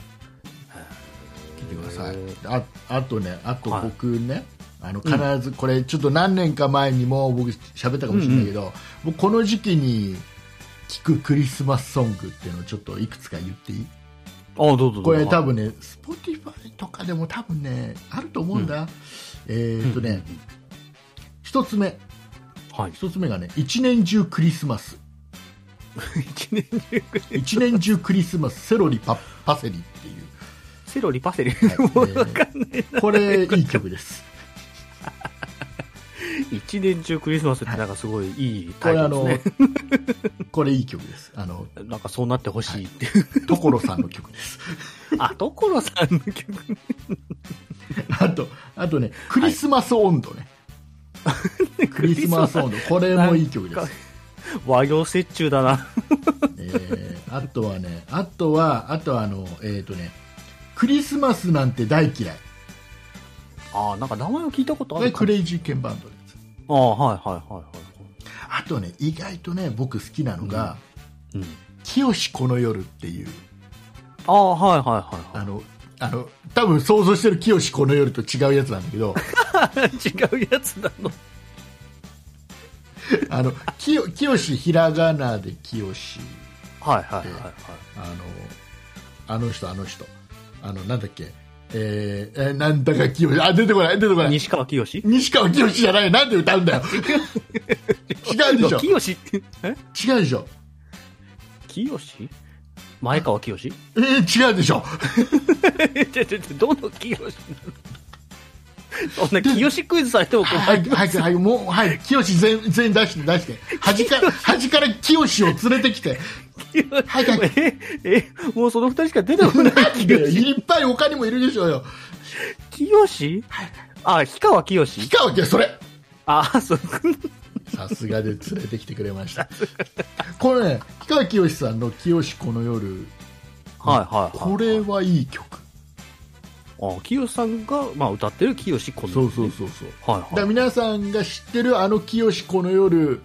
Speaker 2: 聞いてくださいああとねあと
Speaker 3: はい
Speaker 2: 僕ね、あの必ずこれちょっと何年か前にも僕喋ったかもしれないけど、僕この時期に聞くクリスマスソングっていうのをちょっといくつか言っていい
Speaker 3: ああ、どうぞどうぞ。
Speaker 2: これ多分ね Spotify とかでも多分ねあると思うんだ、えーっとね、一つ目
Speaker 3: はい。
Speaker 2: 一つ目がね一年中クリスマス
Speaker 3: 一年中くらい
Speaker 2: 一年中クリスマスセロリパパセリっていう
Speaker 3: セロリパセリ。
Speaker 2: はい
Speaker 3: もうわかんない。
Speaker 2: これいい曲です
Speaker 3: [laughs] 一年中クリスマスってなんかすごいいい
Speaker 2: こ
Speaker 3: タイ
Speaker 2: れ
Speaker 3: ト
Speaker 2: あ
Speaker 3: ルです
Speaker 2: の
Speaker 3: ね。
Speaker 2: これいい曲ですあの
Speaker 3: なんかそうなってほしいっていう。
Speaker 2: 所さんの曲です
Speaker 3: あ、所さんの曲。
Speaker 2: [laughs] あと、あとね、クリスマス温度ね。 [laughs] クリスマス温度。これもいい曲で
Speaker 3: なん
Speaker 2: す
Speaker 3: か。和洋折衷
Speaker 2: [laughs]
Speaker 3: だな。
Speaker 2: えーあとはね、あとは、あとはあの、えっ、とね、クリスマスなんて大嫌い。
Speaker 3: ああ、なんか名前を聞いたこと
Speaker 2: こ
Speaker 3: ある
Speaker 2: れ
Speaker 3: か
Speaker 2: ク
Speaker 3: も
Speaker 2: レイジーケンバンドです。
Speaker 3: ああ、はいはいは
Speaker 2: あとね、意外とね、僕好きなのが、
Speaker 3: いはい。うん。
Speaker 2: 清しこの夜っていう、
Speaker 3: ああ、はいはいは
Speaker 2: あ
Speaker 3: い
Speaker 2: の、あの、多分想像してる清しこの夜と違うやつなんだけ [laughs] ど、 [laughs]
Speaker 3: はい。違うやつなの。
Speaker 2: あの、清、清しひらがなで清し、
Speaker 3: はいはいはいはい。
Speaker 2: あの、あの人、あの人、あの、なんだっけ、えー、えーなんだか清あ、出てこない、出てこない。
Speaker 3: 西川きよし
Speaker 2: 西川清じゃない、なんで歌うん
Speaker 3: [laughs]
Speaker 2: だよ。違うでしょ
Speaker 3: きよしって、え
Speaker 2: 違うでしょ。
Speaker 3: きよし前川きよし
Speaker 2: えー、違うでしょ。
Speaker 3: え、ちょちょちょ、どのきよしなのそんなきよしクイズされても困
Speaker 2: はい、
Speaker 3: [laughs] る。
Speaker 2: はい、はい、もう、はい、清全員、全員出して、出して。端から、端から清を連れてきて。はい、はい。
Speaker 3: [laughs] え、え、もうその二人しか出て [laughs] こない。
Speaker 2: いっぱい他にもいるでしょうよ。
Speaker 3: きよしあ、氷川きよし
Speaker 2: 氷川清、それ。
Speaker 3: あ、そう。
Speaker 2: さすがで連れてきてくれました。これね、氷川きよしさんの「きよしこの夜
Speaker 3: はいはいはい。」
Speaker 2: これはいい曲。
Speaker 3: あ、清さんが、まあ、歌ってる清この、
Speaker 2: そうそうそうそう。
Speaker 3: う。はい
Speaker 2: だから
Speaker 3: はい。
Speaker 2: 皆さんが知ってるあの「きよしこの夜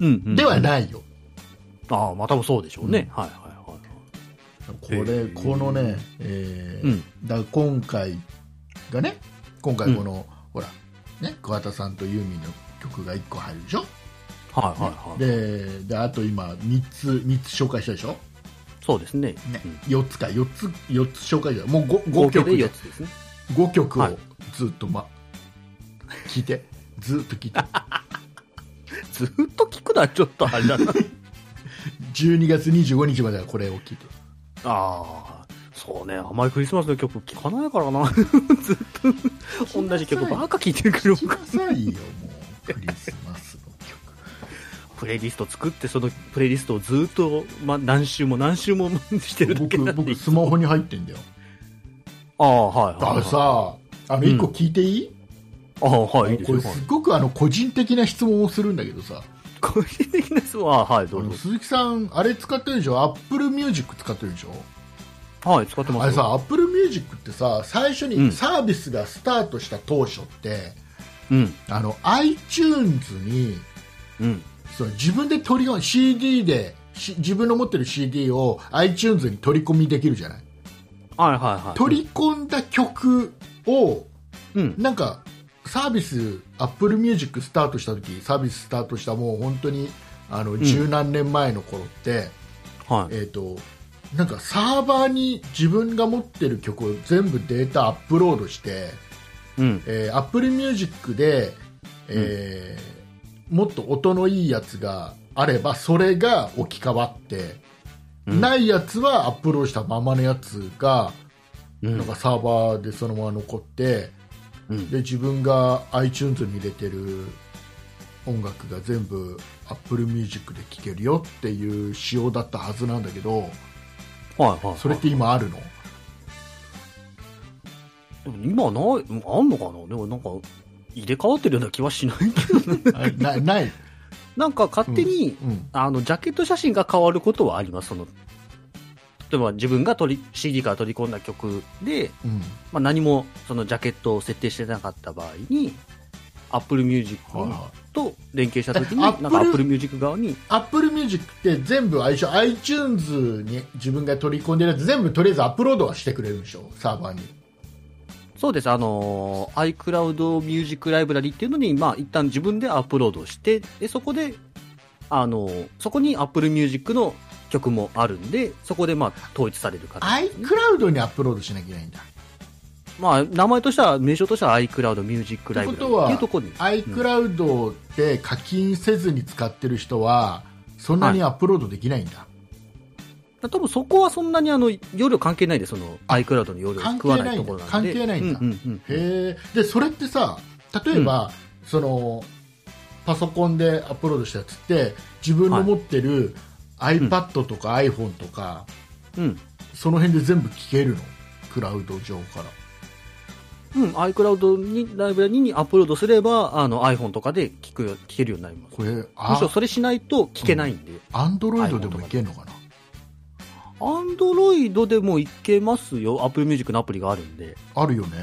Speaker 3: うん、うん。」。
Speaker 2: ではいないよ。
Speaker 3: ああ、またもそうでしょうね。はいはいは
Speaker 2: これ、
Speaker 3: うん
Speaker 2: このね、えー
Speaker 3: うん
Speaker 2: だから今回がね、今回この、ほら、ね、桑田さんとユーミンの曲が1個入るでしょ。
Speaker 3: い。はいはいはい。
Speaker 2: でであと今3つ3つ紹介したでしょ、
Speaker 3: そうですね。
Speaker 2: ね
Speaker 3: うん
Speaker 2: 4つか4つ四つ紹介したもう 5,
Speaker 3: 合計
Speaker 2: 曲
Speaker 3: で
Speaker 2: で
Speaker 3: 4つですね。
Speaker 2: 5曲
Speaker 3: は
Speaker 2: を
Speaker 3: い
Speaker 2: ずっと、ま、聞いてずっと聞いて
Speaker 3: ずっと聞くな、ちょっとあれだな。
Speaker 2: 12月25日まではこれを聞いて
Speaker 3: ああ、そうね。あまりクリスマスの曲聞かないから
Speaker 2: [laughs]
Speaker 3: な。ずっと、同じ曲ばっか聴いてくる
Speaker 2: 聞きなさいよもうクリスマスの曲
Speaker 3: プレイリスト作って、そのプレイリストをずっと、まあ、何週も何週もしてるだけな
Speaker 2: 僕
Speaker 3: んで
Speaker 2: 僕スマホに入ってんだよ
Speaker 3: ああ、はい、
Speaker 2: だか
Speaker 3: はい。
Speaker 2: らさあの1個聞いていい、
Speaker 3: ああ、はい、いいです
Speaker 2: こ
Speaker 3: よ
Speaker 2: れ。すごくあの個人的な質問をするんだけどさ
Speaker 3: 個人的な質問は、はい、 [laughs] ど
Speaker 2: あ
Speaker 3: う
Speaker 2: の
Speaker 3: ぞ。
Speaker 2: 鈴木さんあれ使ってるでしょアップルミュージック使ってるでしょ
Speaker 3: はい、使ってますよ。
Speaker 2: あれさ、アップルミュージックってさ、最初
Speaker 3: う
Speaker 2: に
Speaker 3: ん
Speaker 2: サービスがスタートした当初って、
Speaker 3: うん、
Speaker 2: あの iTunes に
Speaker 3: うん。
Speaker 2: その自分で取り込む CD でし自分の持ってる CD を iTunes に取り込みできるじゃない。
Speaker 3: はい、はい、はい。
Speaker 2: 取り込んだ曲を
Speaker 3: うん。
Speaker 2: なんかサービスアップルミュージックスタートした時、サービススタートしたもう本当にあの十何年前の頃って、
Speaker 3: はい。
Speaker 2: えっ、と。なんかサーバーに自分が持ってる曲を全部データアップロードして
Speaker 3: うん。
Speaker 2: えー、Apple Music で、えーもっと音のいいやつがあればそれが置き換わって、
Speaker 3: うん
Speaker 2: ないやつはアップロードしたままのやつが、
Speaker 3: うん
Speaker 2: なんかサーバーでそのまま残って
Speaker 3: うん。
Speaker 2: で自分が iTunes に入れてる音楽が全部 Apple Music で聴けるよっていう仕様だったはずなんだけど
Speaker 3: はい、はい。
Speaker 2: それって今あるの
Speaker 3: でも今ない、あんのかなでもなんか、入れ替わってるような気はしないけど、
Speaker 2: あなない、
Speaker 3: なんか勝手に、
Speaker 2: うん
Speaker 3: あの、ジャケット写真が変わることはあります。その、例えば自分が取り、CD から取り込んだ曲で、
Speaker 2: うん、
Speaker 3: まあ、何もそのジャケットを設定してなかった場合に、Apple Music
Speaker 2: はいはい
Speaker 3: と連携したときに、
Speaker 2: え
Speaker 3: なん
Speaker 2: Apple-
Speaker 3: か Apple Music 側に、
Speaker 2: アップルミュージックって全部相性 iTunes に自分が取り込んでるやつ全部とりあえずアップロードはしてくれるんでしょサーバーに
Speaker 3: そうです、あのー iCloud Music Library っていうのに、まあ、一旦自分でアップロードして、で、そこで、あのーそこに Apple Music の曲もあるんで、そこで、まあ、統一される形
Speaker 2: iCloud にアップロードしなきゃいけないんだ
Speaker 3: まあ、名前としては、名称としては iCloud Music
Speaker 2: って
Speaker 3: Library
Speaker 2: こ
Speaker 3: って
Speaker 2: とは
Speaker 3: いうところに。
Speaker 2: iCloud で課金せずに使ってる人はそんなにアップロードできないんだ、
Speaker 3: 多分そこはそんなにあの容量関係ないで、その iCloud の容量
Speaker 2: 関
Speaker 3: 食
Speaker 2: 係ない
Speaker 3: わ
Speaker 2: んだ
Speaker 3: ないところなん
Speaker 2: 関
Speaker 3: で。
Speaker 2: 係ないんだ
Speaker 3: うんうんうん
Speaker 2: へえでそれってさ例えば、そのパソコンでアップロードしたやつって自分の持ってる iPad とか iPhone とか、
Speaker 3: うん
Speaker 2: その辺で全部聞けるのクラウド上から
Speaker 3: うん、iCloud に、ライブラリにアップロードすれば、あの iPhone とかで聞くよ、聞けるようになります。
Speaker 2: これ
Speaker 3: む
Speaker 2: あ
Speaker 3: しろそれしないと聞けないんで。
Speaker 2: アンドロイドでもいけるのかな
Speaker 3: アンドロイドでもいけますよ。Apple Music のアプリがあるんで。
Speaker 2: あるよね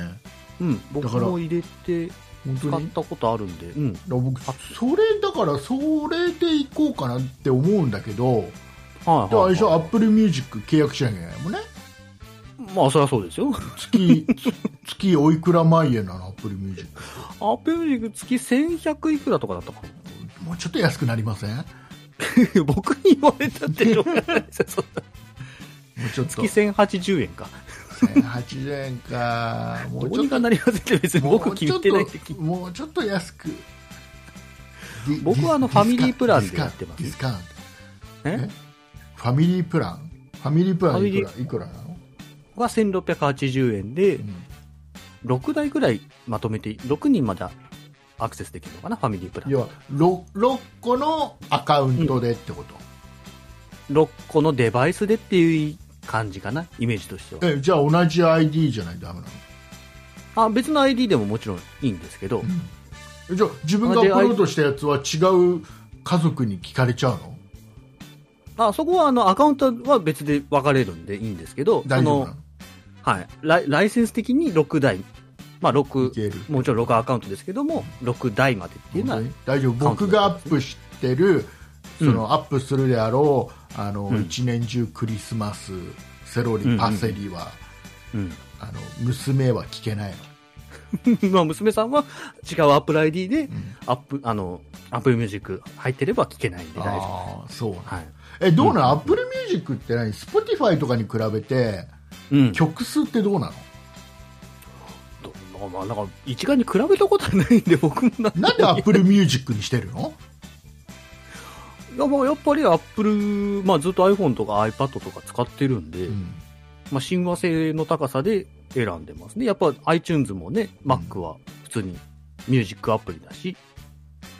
Speaker 3: うん、僕
Speaker 2: だから
Speaker 3: も入れて
Speaker 2: 本
Speaker 3: 使
Speaker 2: 当
Speaker 3: っ
Speaker 2: に
Speaker 3: たことあるんで。うん。
Speaker 2: 僕それだからそれでいこうかなって思うんだけど
Speaker 3: は
Speaker 2: で
Speaker 3: いはい、
Speaker 2: あ
Speaker 3: は
Speaker 2: れ
Speaker 3: い。
Speaker 2: でしょアップルミュージック契約しなきゃいけないもんね
Speaker 3: まあ、それはそうですよ。 [laughs]
Speaker 2: 月月おいくら万円なのアップルミュージック
Speaker 3: Apple Music 月1100いくらとかだったかな。
Speaker 2: もうちょっと安くなりませんも
Speaker 3: 僕に言われたってしょうがないですよそん [laughs] な
Speaker 2: うちょっと
Speaker 3: 月1080円か。
Speaker 2: 1080円かも
Speaker 3: ど
Speaker 2: う
Speaker 3: う
Speaker 2: ちょ
Speaker 3: に
Speaker 2: っ
Speaker 3: か
Speaker 2: と
Speaker 3: なりませんけど、別に
Speaker 2: もう
Speaker 3: 僕
Speaker 2: ちょ
Speaker 3: 決め
Speaker 2: って
Speaker 3: ない
Speaker 2: と
Speaker 3: って聞い
Speaker 2: もうちょっと安くディ
Speaker 3: 僕はあの
Speaker 2: ディス
Speaker 3: ファミリープランで
Speaker 2: ディスカ
Speaker 3: やってます
Speaker 2: ディスカウント
Speaker 3: え
Speaker 2: ファミリープランファミリープランいくら
Speaker 3: ファ
Speaker 2: いくらなの、
Speaker 3: は1680円で
Speaker 2: う、ん
Speaker 3: 6台ぐらいまとめて、6人までアクセスできるのかな、ファミリープラン。
Speaker 2: 要は 6, 6個のアカウントでってこと、
Speaker 3: 6個のデバイスでっていう感じかな、イメージとしては。
Speaker 2: えじゃあ同じ ID じゃないとダメなの、
Speaker 3: あ別の ID でももちろんいいんですけど、
Speaker 2: じゃあ自分がア
Speaker 3: で
Speaker 2: ップロードしたやつは違う家族に聞かれちゃうの
Speaker 3: あそこはあのアカウントは別で分かれるんでいいんですけど、
Speaker 2: 大丈夫
Speaker 3: そ
Speaker 2: な
Speaker 3: のはい、ライライセンス的に6台、まあ、
Speaker 2: のい
Speaker 3: 6
Speaker 2: ける
Speaker 3: もちろん6アカウントですけども、6台までっていうのは、
Speaker 2: 大丈夫僕がアップしてるその、
Speaker 3: う
Speaker 2: アップするであろうあの、
Speaker 3: うん
Speaker 2: 一年中クリスマスセロリパセリは、
Speaker 3: うん、 [laughs]
Speaker 2: あの娘は聞けないの
Speaker 3: まあ娘さんは違うアップル ID で、アップ、あの、アップルミュージック入ってれば聞けないんで大丈夫。
Speaker 2: ああそうなの
Speaker 3: はい。
Speaker 2: えどうなの、
Speaker 3: うん
Speaker 2: アップルミュージックって何 Spotify とかに比べて
Speaker 3: うん。
Speaker 2: 曲数ってどうなの
Speaker 3: どまあ、なんか、一概に比べたことはないん [laughs] で、僕もなん
Speaker 2: なんでアップルミュージックにしてるの
Speaker 3: いや、まあ、やっぱりアップル、まあ、ずっと iPhone とか iPad とか使ってるんで、
Speaker 2: うん
Speaker 3: まあ、親和性の高さで選んでますね。やっぱ iTunes もね、Mac は普通にミュージックアプリだし、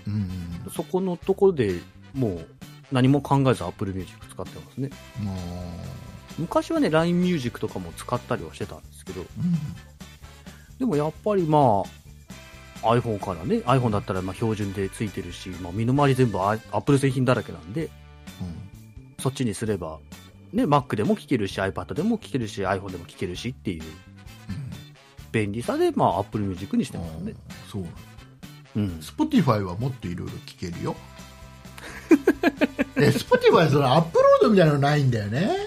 Speaker 2: うん
Speaker 3: そこのところでもう何も考えず Apple Music 使ってますね。
Speaker 2: もう
Speaker 3: 昔はね、LINE Music とかも使ったりはしてたんですけど、
Speaker 2: うん
Speaker 3: でもやっぱりまあ、iPhone からね、iPhone だったらまあ標準でついてるし、まあ、身の回り全部ア Apple 製品だらけなんで、
Speaker 2: うん
Speaker 3: そっちにすれば、ね、Mac でも聴けるし、iPad でも聴けるし、iPhone でも聴けるしっていう便利さで、まあ、Apple Music にしてます
Speaker 2: うん
Speaker 3: ね。
Speaker 2: そう
Speaker 3: うん。
Speaker 2: Spotify はもっといろいろ聞ける [laughs] よえ Spotify そのアップロードみたいなのないんだよね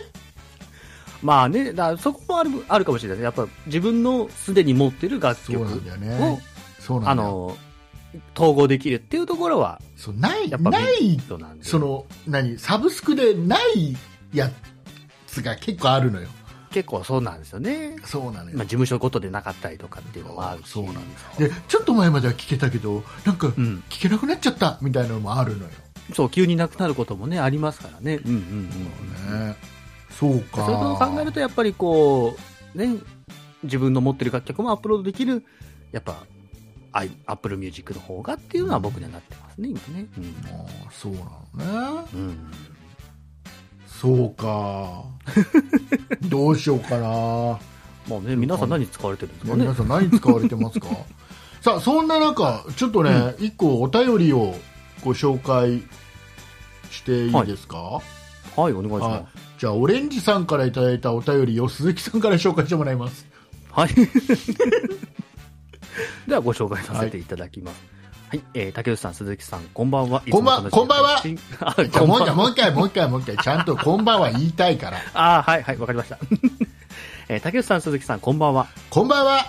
Speaker 3: まあね、だそこもあるあるかもしれないですね。やっぱ自分のすでに持ってる楽
Speaker 2: そう
Speaker 3: 曲
Speaker 2: なんだよ
Speaker 3: を
Speaker 2: ねそうな
Speaker 3: あ
Speaker 2: んだよ
Speaker 3: の、統合できるっていうところは、
Speaker 2: そうない
Speaker 3: やっぱメ
Speaker 2: ない
Speaker 3: リットなんで、
Speaker 2: その何サブスクでないやつが結構あるのよ
Speaker 3: 結構そうなんですよね。
Speaker 2: そうなのよ
Speaker 3: まあ、事務所ごとでなかったりとかっていうのもあるし。
Speaker 2: そうなん
Speaker 3: です
Speaker 2: でちょっと前までは聞けたけどなんか
Speaker 3: うん。
Speaker 2: 聞けなくなっちゃったみたいなのもあるのよ、
Speaker 3: そう、急になくなることもね、ありますからね。うんうんうん。
Speaker 2: ね、そう
Speaker 3: そ
Speaker 2: か
Speaker 3: ういうことを考えると、やっぱりこう、ね、自分の持ってる楽曲もアップロードできる、やっぱ、アップルミュージックの方がっていうのは僕にはなってますね、今ね。
Speaker 2: あーそうなのね
Speaker 3: うん。うん。
Speaker 2: そうか [laughs] どうしようかな
Speaker 3: まあね、皆さん何使われてるんですかね
Speaker 2: 皆。さん何使われてますかさあそんな中ちょっとね、一個お便りをご紹介していいですか、
Speaker 3: はい、お願いしま
Speaker 2: じゃあオレンジさんからいただいたお便りを鈴木さんから紹介してもらいます
Speaker 3: す。はい。 [laughs] では、ご紹介させていただきます。はい、えー竹内さん、鈴木さん、こんばんは。
Speaker 2: こんばん
Speaker 3: いつも楽し
Speaker 2: こ
Speaker 3: みに配信あ、こん
Speaker 2: もう
Speaker 3: ば
Speaker 2: 一回
Speaker 3: んは。
Speaker 2: もう一回もう一回もう一回ちゃんとこんばんは言いたいから
Speaker 3: あー、はい、はい、わかりました。 [laughs] えー竹内さん、鈴木さん、こんばんは。
Speaker 2: こんばんは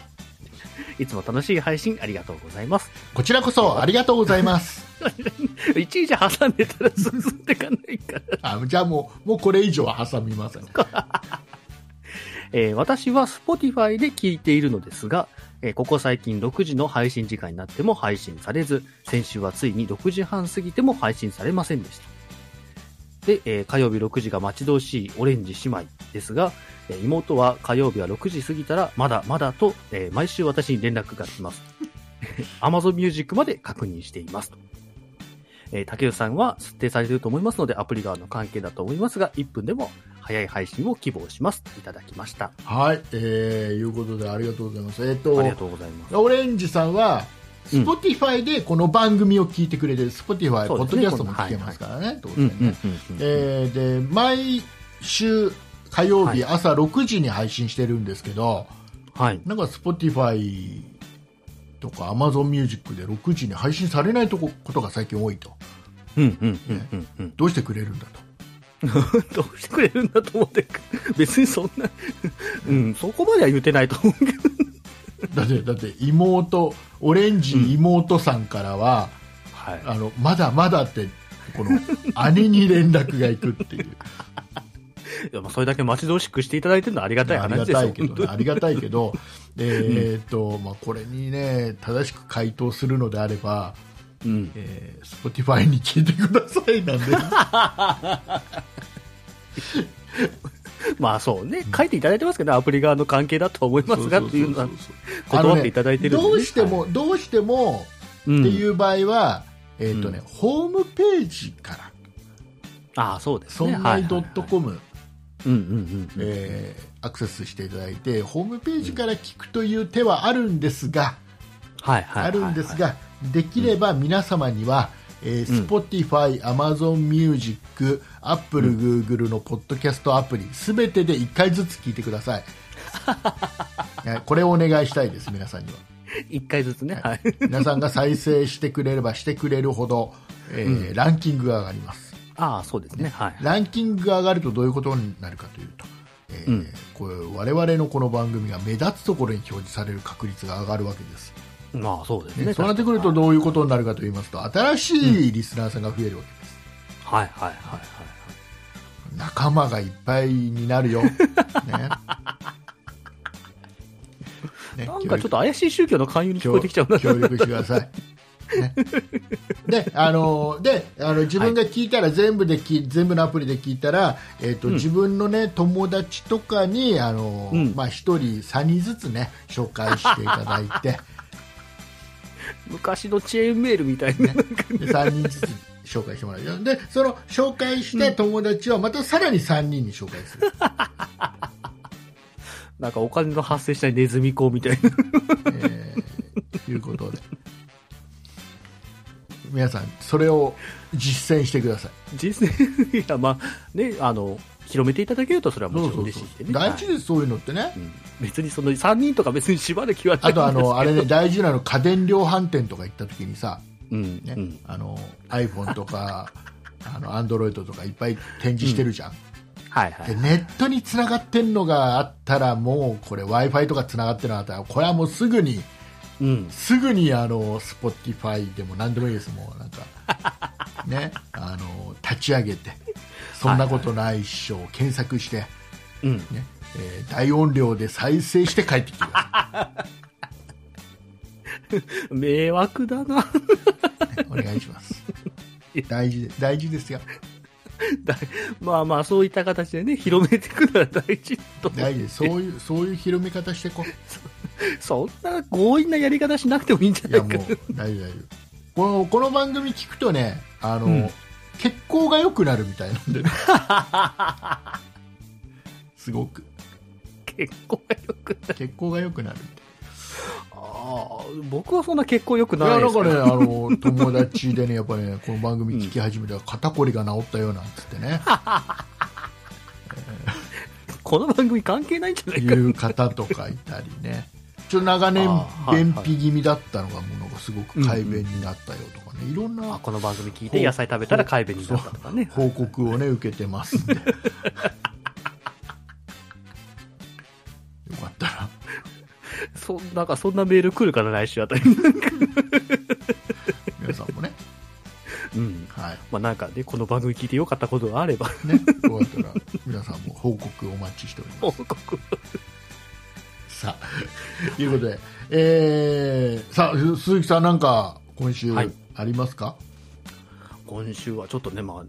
Speaker 2: い
Speaker 3: つも楽しい配信ありがとうございます。
Speaker 2: こちらこそありがとうございます
Speaker 3: いちいち挟んでたら進んでいかないから。
Speaker 2: あじゃあもうもうこれ以上は挟みません
Speaker 3: えー私は Spotify で聞いているのですが、えーここ最近6時の配信時間になっても配信されず、先週はついに6時半過ぎても配信されませんでした。で、えー火曜日6時が待ち遠しいオレンジ姉妹ですが、えー妹は火曜日は6時過ぎたらまだまだと、えー毎週私に連絡が来ます。Amazon Music まで確認しています。えー竹内さんは設定されていると思いますので、アプリ側の関係だと思いますが、1分でも早い配信を希望します。いただきました。
Speaker 2: はいえー、いうことでありがとうございますえっ、
Speaker 3: あり
Speaker 2: と
Speaker 3: がとうございます。
Speaker 2: オレンジさんは
Speaker 3: うん
Speaker 2: Spotify でこの番組を聞いてくれてる Spotify、
Speaker 3: そ
Speaker 2: ポッ
Speaker 3: うです
Speaker 2: ドキ
Speaker 3: ね
Speaker 2: ャストも聞けますからね、当
Speaker 3: うん
Speaker 2: 然
Speaker 3: う
Speaker 2: ね、
Speaker 3: んうんうん。
Speaker 2: えーで毎週火曜日
Speaker 3: は
Speaker 2: 朝6時に配信してるんですけど、
Speaker 3: はい。
Speaker 2: なんか Spotify とか AmazonMusic で6時に配信されないとこことが最近多いと
Speaker 3: うんうんうんうんうん。
Speaker 2: どうしてくれるんだと
Speaker 3: [laughs] どうしてくれるんだと思って、別にそんな、うん、そこまでは言ってないと思うけど。
Speaker 2: だってだって妹オレンジ妹さんからは、
Speaker 3: はい。
Speaker 2: あのまだまだってこの [laughs] 姉に連絡がいくっていう
Speaker 3: いやまあそれだけ待ち遠しくしていただいてるのはありがたい
Speaker 2: あり
Speaker 3: 話
Speaker 2: が
Speaker 3: です
Speaker 2: た
Speaker 3: よ
Speaker 2: い。けど、ね、ありがたいけど、えーっとまあ、これにね正しく回答するのであれば、
Speaker 3: うん。
Speaker 2: えー、Spotify に聞いてくださいなんで
Speaker 3: まあそうね、書いていただいてますけど、アプリ側の関係だと思い [laughs] ますがっていうのは断っていただいてるん
Speaker 2: あ
Speaker 3: でね
Speaker 2: のねどうしても、どうしても
Speaker 3: て
Speaker 2: って
Speaker 3: い。
Speaker 2: いうう場合は、えっ、とね、
Speaker 3: うん
Speaker 2: ホームページから、
Speaker 3: ああ、そうです
Speaker 2: そ
Speaker 3: ね。
Speaker 2: んない .com、
Speaker 3: うんうんうん。
Speaker 2: えーアクセスしていただいて、ホームページから聞くという手はあるんですが、
Speaker 3: はいはいはいはい。
Speaker 2: あるんですが、できれば皆様には、えー、Spotify、Amazon Music、Apple、Google のポッドキャストアプリすべてで1回ずつ聞いてくだ
Speaker 3: [laughs]
Speaker 2: さいはいこれをお願いしたいです皆さんには
Speaker 3: 一回ずつね。はい。
Speaker 2: 皆さんが再生してくれればしてくれるほど、えーランキングが上がります
Speaker 3: ああ、そうですね。はい。
Speaker 2: ランキングが上がるとどういうことになるかというと、えー
Speaker 3: うん
Speaker 2: こう我々のこの番組が目立つところに表示される確率が上がるわけです
Speaker 3: まあ、そうです
Speaker 2: ね、
Speaker 3: ね。
Speaker 2: そうなってくるとどういうことになるかと言いますと新しいリスナーさんが増えるわけです、
Speaker 3: はいはいはいはい。
Speaker 2: 仲間がいっぱいになる
Speaker 3: [laughs]
Speaker 2: よ、ねね
Speaker 3: なんかちょっと怪しい宗教の勧誘に聞こ
Speaker 2: 協
Speaker 3: えてきちゃうな
Speaker 2: 力。協力してください。ね、であのであの自分が聞いたら全部でき、全部のアプリで聞いたら、えーと
Speaker 3: うん
Speaker 2: 自分の、ね、友達とかにあの、
Speaker 3: うん
Speaker 2: まあ、1人3人ずつ、ね、紹介していただいて
Speaker 3: 昔のチェーンメールみたいな。
Speaker 2: で3人ずつ紹介してもらうでその紹介した友達はまたさらに3人に紹介する、
Speaker 3: なんかお金の発生したネズミ講みたいな。
Speaker 2: えーいうことで皆さんそれを実践してください。
Speaker 3: 実践、いや、まあ、ね、あの、広めていただけるとそれはもちろん嬉しいんでね。
Speaker 2: 大事です、そういうのってね、
Speaker 3: はいうん別にその3人とか別に縛る気はない
Speaker 2: あとあ
Speaker 3: んですけど
Speaker 2: のあれ、 [laughs] ね、大事なの家電量販店とか行った時にさ、
Speaker 3: うん、
Speaker 2: ね
Speaker 3: うん。
Speaker 2: あの iPhone とかあの Android とかいっぱい展示してるじゃん、
Speaker 3: はいは
Speaker 2: で
Speaker 3: い。
Speaker 2: ネットにつながってんのがあったらもうこれ w i f i とかつながってるのがあったらこれはもうすぐに
Speaker 3: うん。
Speaker 2: すぐにあの Spotify でも何でもいいですもうなん
Speaker 3: [laughs]
Speaker 2: かねあの立ち上げてそんなことないっしょ、検索して、
Speaker 3: うん。
Speaker 2: ねえー大音量で再生して帰ってきてください
Speaker 3: 迷惑だな。 [laughs]
Speaker 2: お願いします。大事で大事ですよ。
Speaker 3: だまあまあ、そういった形でね、広めていくのは大事と。
Speaker 2: 大事です。そういうそういう広め方してこう。
Speaker 3: そんな強引なやり方しなくてもいいんじゃ
Speaker 2: い
Speaker 3: な
Speaker 2: や
Speaker 3: い
Speaker 2: も
Speaker 3: かな。
Speaker 2: う大事大丈夫。このこの番組聞くとね、あの、
Speaker 3: うん
Speaker 2: 血行が良くなるみたいなん
Speaker 3: [laughs]
Speaker 2: でね。すごく
Speaker 3: 結構良くない。
Speaker 2: 血行が良くなる。
Speaker 3: ああ、僕はそんな結構良く
Speaker 2: いや
Speaker 3: な
Speaker 2: な
Speaker 3: いで
Speaker 2: ん
Speaker 3: すけ
Speaker 2: か
Speaker 3: ど
Speaker 2: ねあの友達でねやっぱねこの番組聞き始めたら肩こりが治ったよなんつってね、
Speaker 3: この番組関係ないんじゃないか。
Speaker 2: いう方とかいたりね。ちょっと長年
Speaker 3: あーはい
Speaker 2: 便秘気味だったのがもうなんかすごく快便になったよとかね、いろんな
Speaker 3: あこの番組聞いて野菜食べたら快便になったとかね。
Speaker 2: 報告をね受けてます
Speaker 3: [laughs]
Speaker 2: んでよかったら
Speaker 3: そなんかそんなメール来るから来週あたりに。
Speaker 2: 皆さんもね、
Speaker 3: うん。
Speaker 2: はい
Speaker 3: まあなんかね、この番組聞いて良かったことがあれば、
Speaker 2: ね、よかったら皆さんも報告お待ちしておりま
Speaker 3: [laughs] 報告。
Speaker 2: す。さあ [laughs] ということで、えー、さあす鈴木さんなんか今週
Speaker 3: はい
Speaker 2: ありますか、
Speaker 3: 今週はちょっとね、まあ、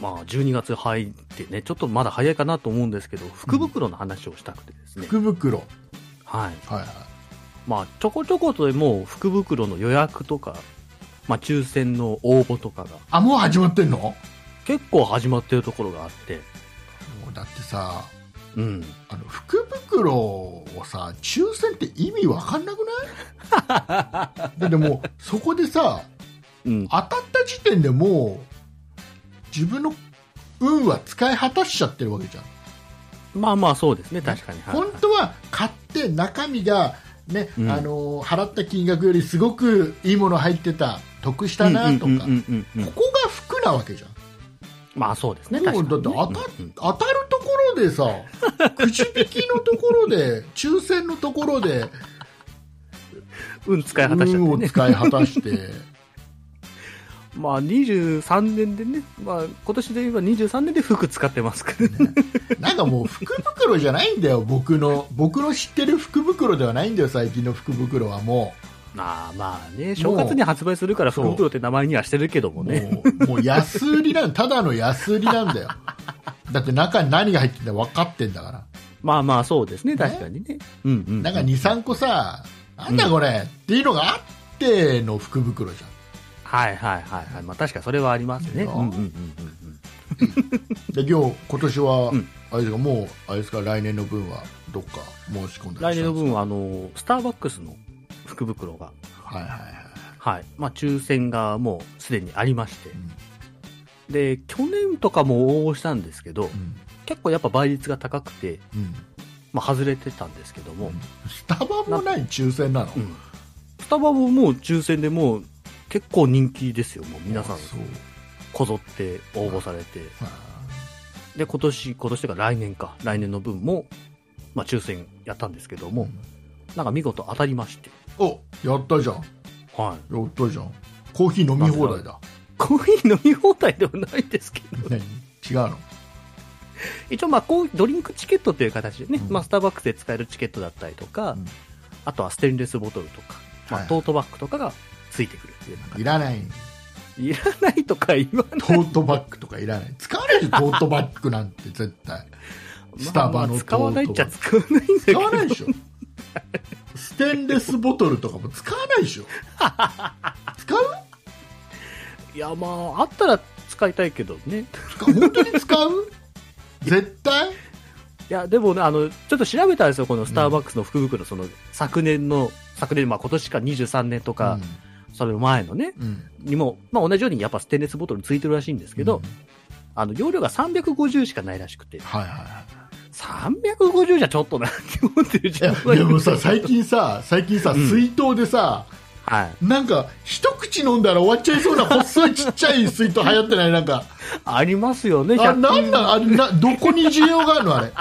Speaker 3: まあ12月入ってね、ちょっとまだ早いかなと思うんですけど、福袋の話をしたくてですね。
Speaker 2: 福袋はい
Speaker 3: はい。
Speaker 2: はい
Speaker 3: まあちょこちょことでもう福袋の予約とか、まあ抽選の応募とかが
Speaker 2: あもう始まってんのも
Speaker 3: 結構始まってるところがあって、
Speaker 2: うだってさ
Speaker 3: うん。
Speaker 2: あの福袋をさ抽選って意味わかんなくない [laughs] だってもうそこでさ
Speaker 3: うん。
Speaker 2: 当たった時点でもう自分の運は使い果たしちゃってるわけじゃん、
Speaker 3: まあまあそうですね、確かに。はい
Speaker 2: 本当は買って中身が、ね
Speaker 3: うん
Speaker 2: あのー払った金額よりすごくいいもの入ってた得したなとか、
Speaker 3: うんうんうんうんうん
Speaker 2: ここが服なわけじゃん、
Speaker 3: まあそうですね、
Speaker 2: も
Speaker 3: 確
Speaker 2: う
Speaker 3: か
Speaker 2: だっ
Speaker 3: に
Speaker 2: て
Speaker 3: ね、
Speaker 2: 当た,、
Speaker 3: うんうん
Speaker 2: 当たるところで
Speaker 3: [laughs]
Speaker 2: さくじ引きのところで抽選のところで
Speaker 3: 運使い果たしちゃっ
Speaker 2: 運
Speaker 3: て
Speaker 2: を
Speaker 3: ね。
Speaker 2: 使い果たして
Speaker 3: [laughs] まあ23年でね、まあ今年で言えば23年で服使ってますからね。
Speaker 2: なんかもう福袋じゃないんだよ僕の僕の知ってる福袋ではないんだよ最近の福袋はもう。
Speaker 3: まあまあね、正月に発売するから
Speaker 2: そう
Speaker 3: 福袋って名前にはしてるけどもね。
Speaker 2: もうもう安売りなんただの安売りなんだよだって中に何が入ってんだ分かってんだから
Speaker 3: まあまあそうですね、確かにね。うんうん。
Speaker 2: なんか23個さなんだこれ、っていうのがあっての福袋じ
Speaker 3: はいはいはいはい。まあ確かにそれはありますね。
Speaker 2: う
Speaker 3: うんんうんうんうんうん。
Speaker 2: ゃんで今日今年は、
Speaker 3: うん
Speaker 2: あれですかもうあれですか来年の分はどっか申し込んだりし
Speaker 3: 来年
Speaker 2: た
Speaker 3: の
Speaker 2: んです
Speaker 3: 分はあの、スターバックスの福袋が、
Speaker 2: かはいはいはい
Speaker 3: はい。まあ、抽選がもうすでにありまして。で、去年とかも応募したんですけど、
Speaker 2: うん
Speaker 3: 結構やっぱ倍率が高くて、
Speaker 2: うん
Speaker 3: まあ、外れてたんですけども、
Speaker 2: スタバもない抽選なの
Speaker 3: うんスタバももう抽選でもう結構人気ですよ、もう皆さん
Speaker 2: あそう
Speaker 3: こぞって応募されて。
Speaker 2: あ
Speaker 3: で、今年、今年というか来年か、来年の分も、まあ、抽選やったんですけども、なんか見事当たりまして、
Speaker 2: おやったじゃんや
Speaker 3: はい。
Speaker 2: ったじゃんコーヒー飲み放題だ
Speaker 3: コーヒー飲み放題ではないですけど、 [laughs]
Speaker 2: 何違うの
Speaker 3: 一応まあこうドリンクチケットという形でね、
Speaker 2: うん
Speaker 3: まあ、スターバックスで使えるチケットだったりとか、
Speaker 2: うん
Speaker 3: あとはステンレスボトルとか、ま
Speaker 2: は
Speaker 3: あ、
Speaker 2: い
Speaker 3: トートバッグとかがついてくるっていうなんか
Speaker 2: いらない
Speaker 3: いらないとか言わない
Speaker 2: トートバッグとかいらない使わないよトートバッグなんて絶対スタバの
Speaker 3: まあまあ
Speaker 2: トート
Speaker 3: 使
Speaker 2: バッグ
Speaker 3: わないっちゃ使わないんだけ
Speaker 2: 使
Speaker 3: ど
Speaker 2: わないでしょステンレスボトルとかも使わないでしょ使う
Speaker 3: いやまああったら使いたいけどね
Speaker 2: 使う本当に使う絶対
Speaker 3: いやでもねあのちょっと調べたんですよこのスターバックスの福袋その昨年の昨年まあ今年か23年とか、それ前のね
Speaker 2: うんうん
Speaker 3: にも、まあ、同じようにやっぱステンレスボトルついてるらしいんですけど、
Speaker 2: うん
Speaker 3: あの容量が350しかないらしくて
Speaker 2: はいはいはい
Speaker 3: 350じゃちょっとなって思ってる
Speaker 2: い
Speaker 3: 自
Speaker 2: や
Speaker 3: 分 [laughs] がい
Speaker 2: で
Speaker 3: る
Speaker 2: もさ最近さ最近さ、
Speaker 3: うん
Speaker 2: 水筒でさ
Speaker 3: はい。
Speaker 2: なんか一口飲んだら終わっちゃいそうな細いちっちゃい水筒流行ってないなんか
Speaker 3: ありますよね、
Speaker 2: あ
Speaker 3: 100
Speaker 2: なんなんあれなどこに需要があるのあれ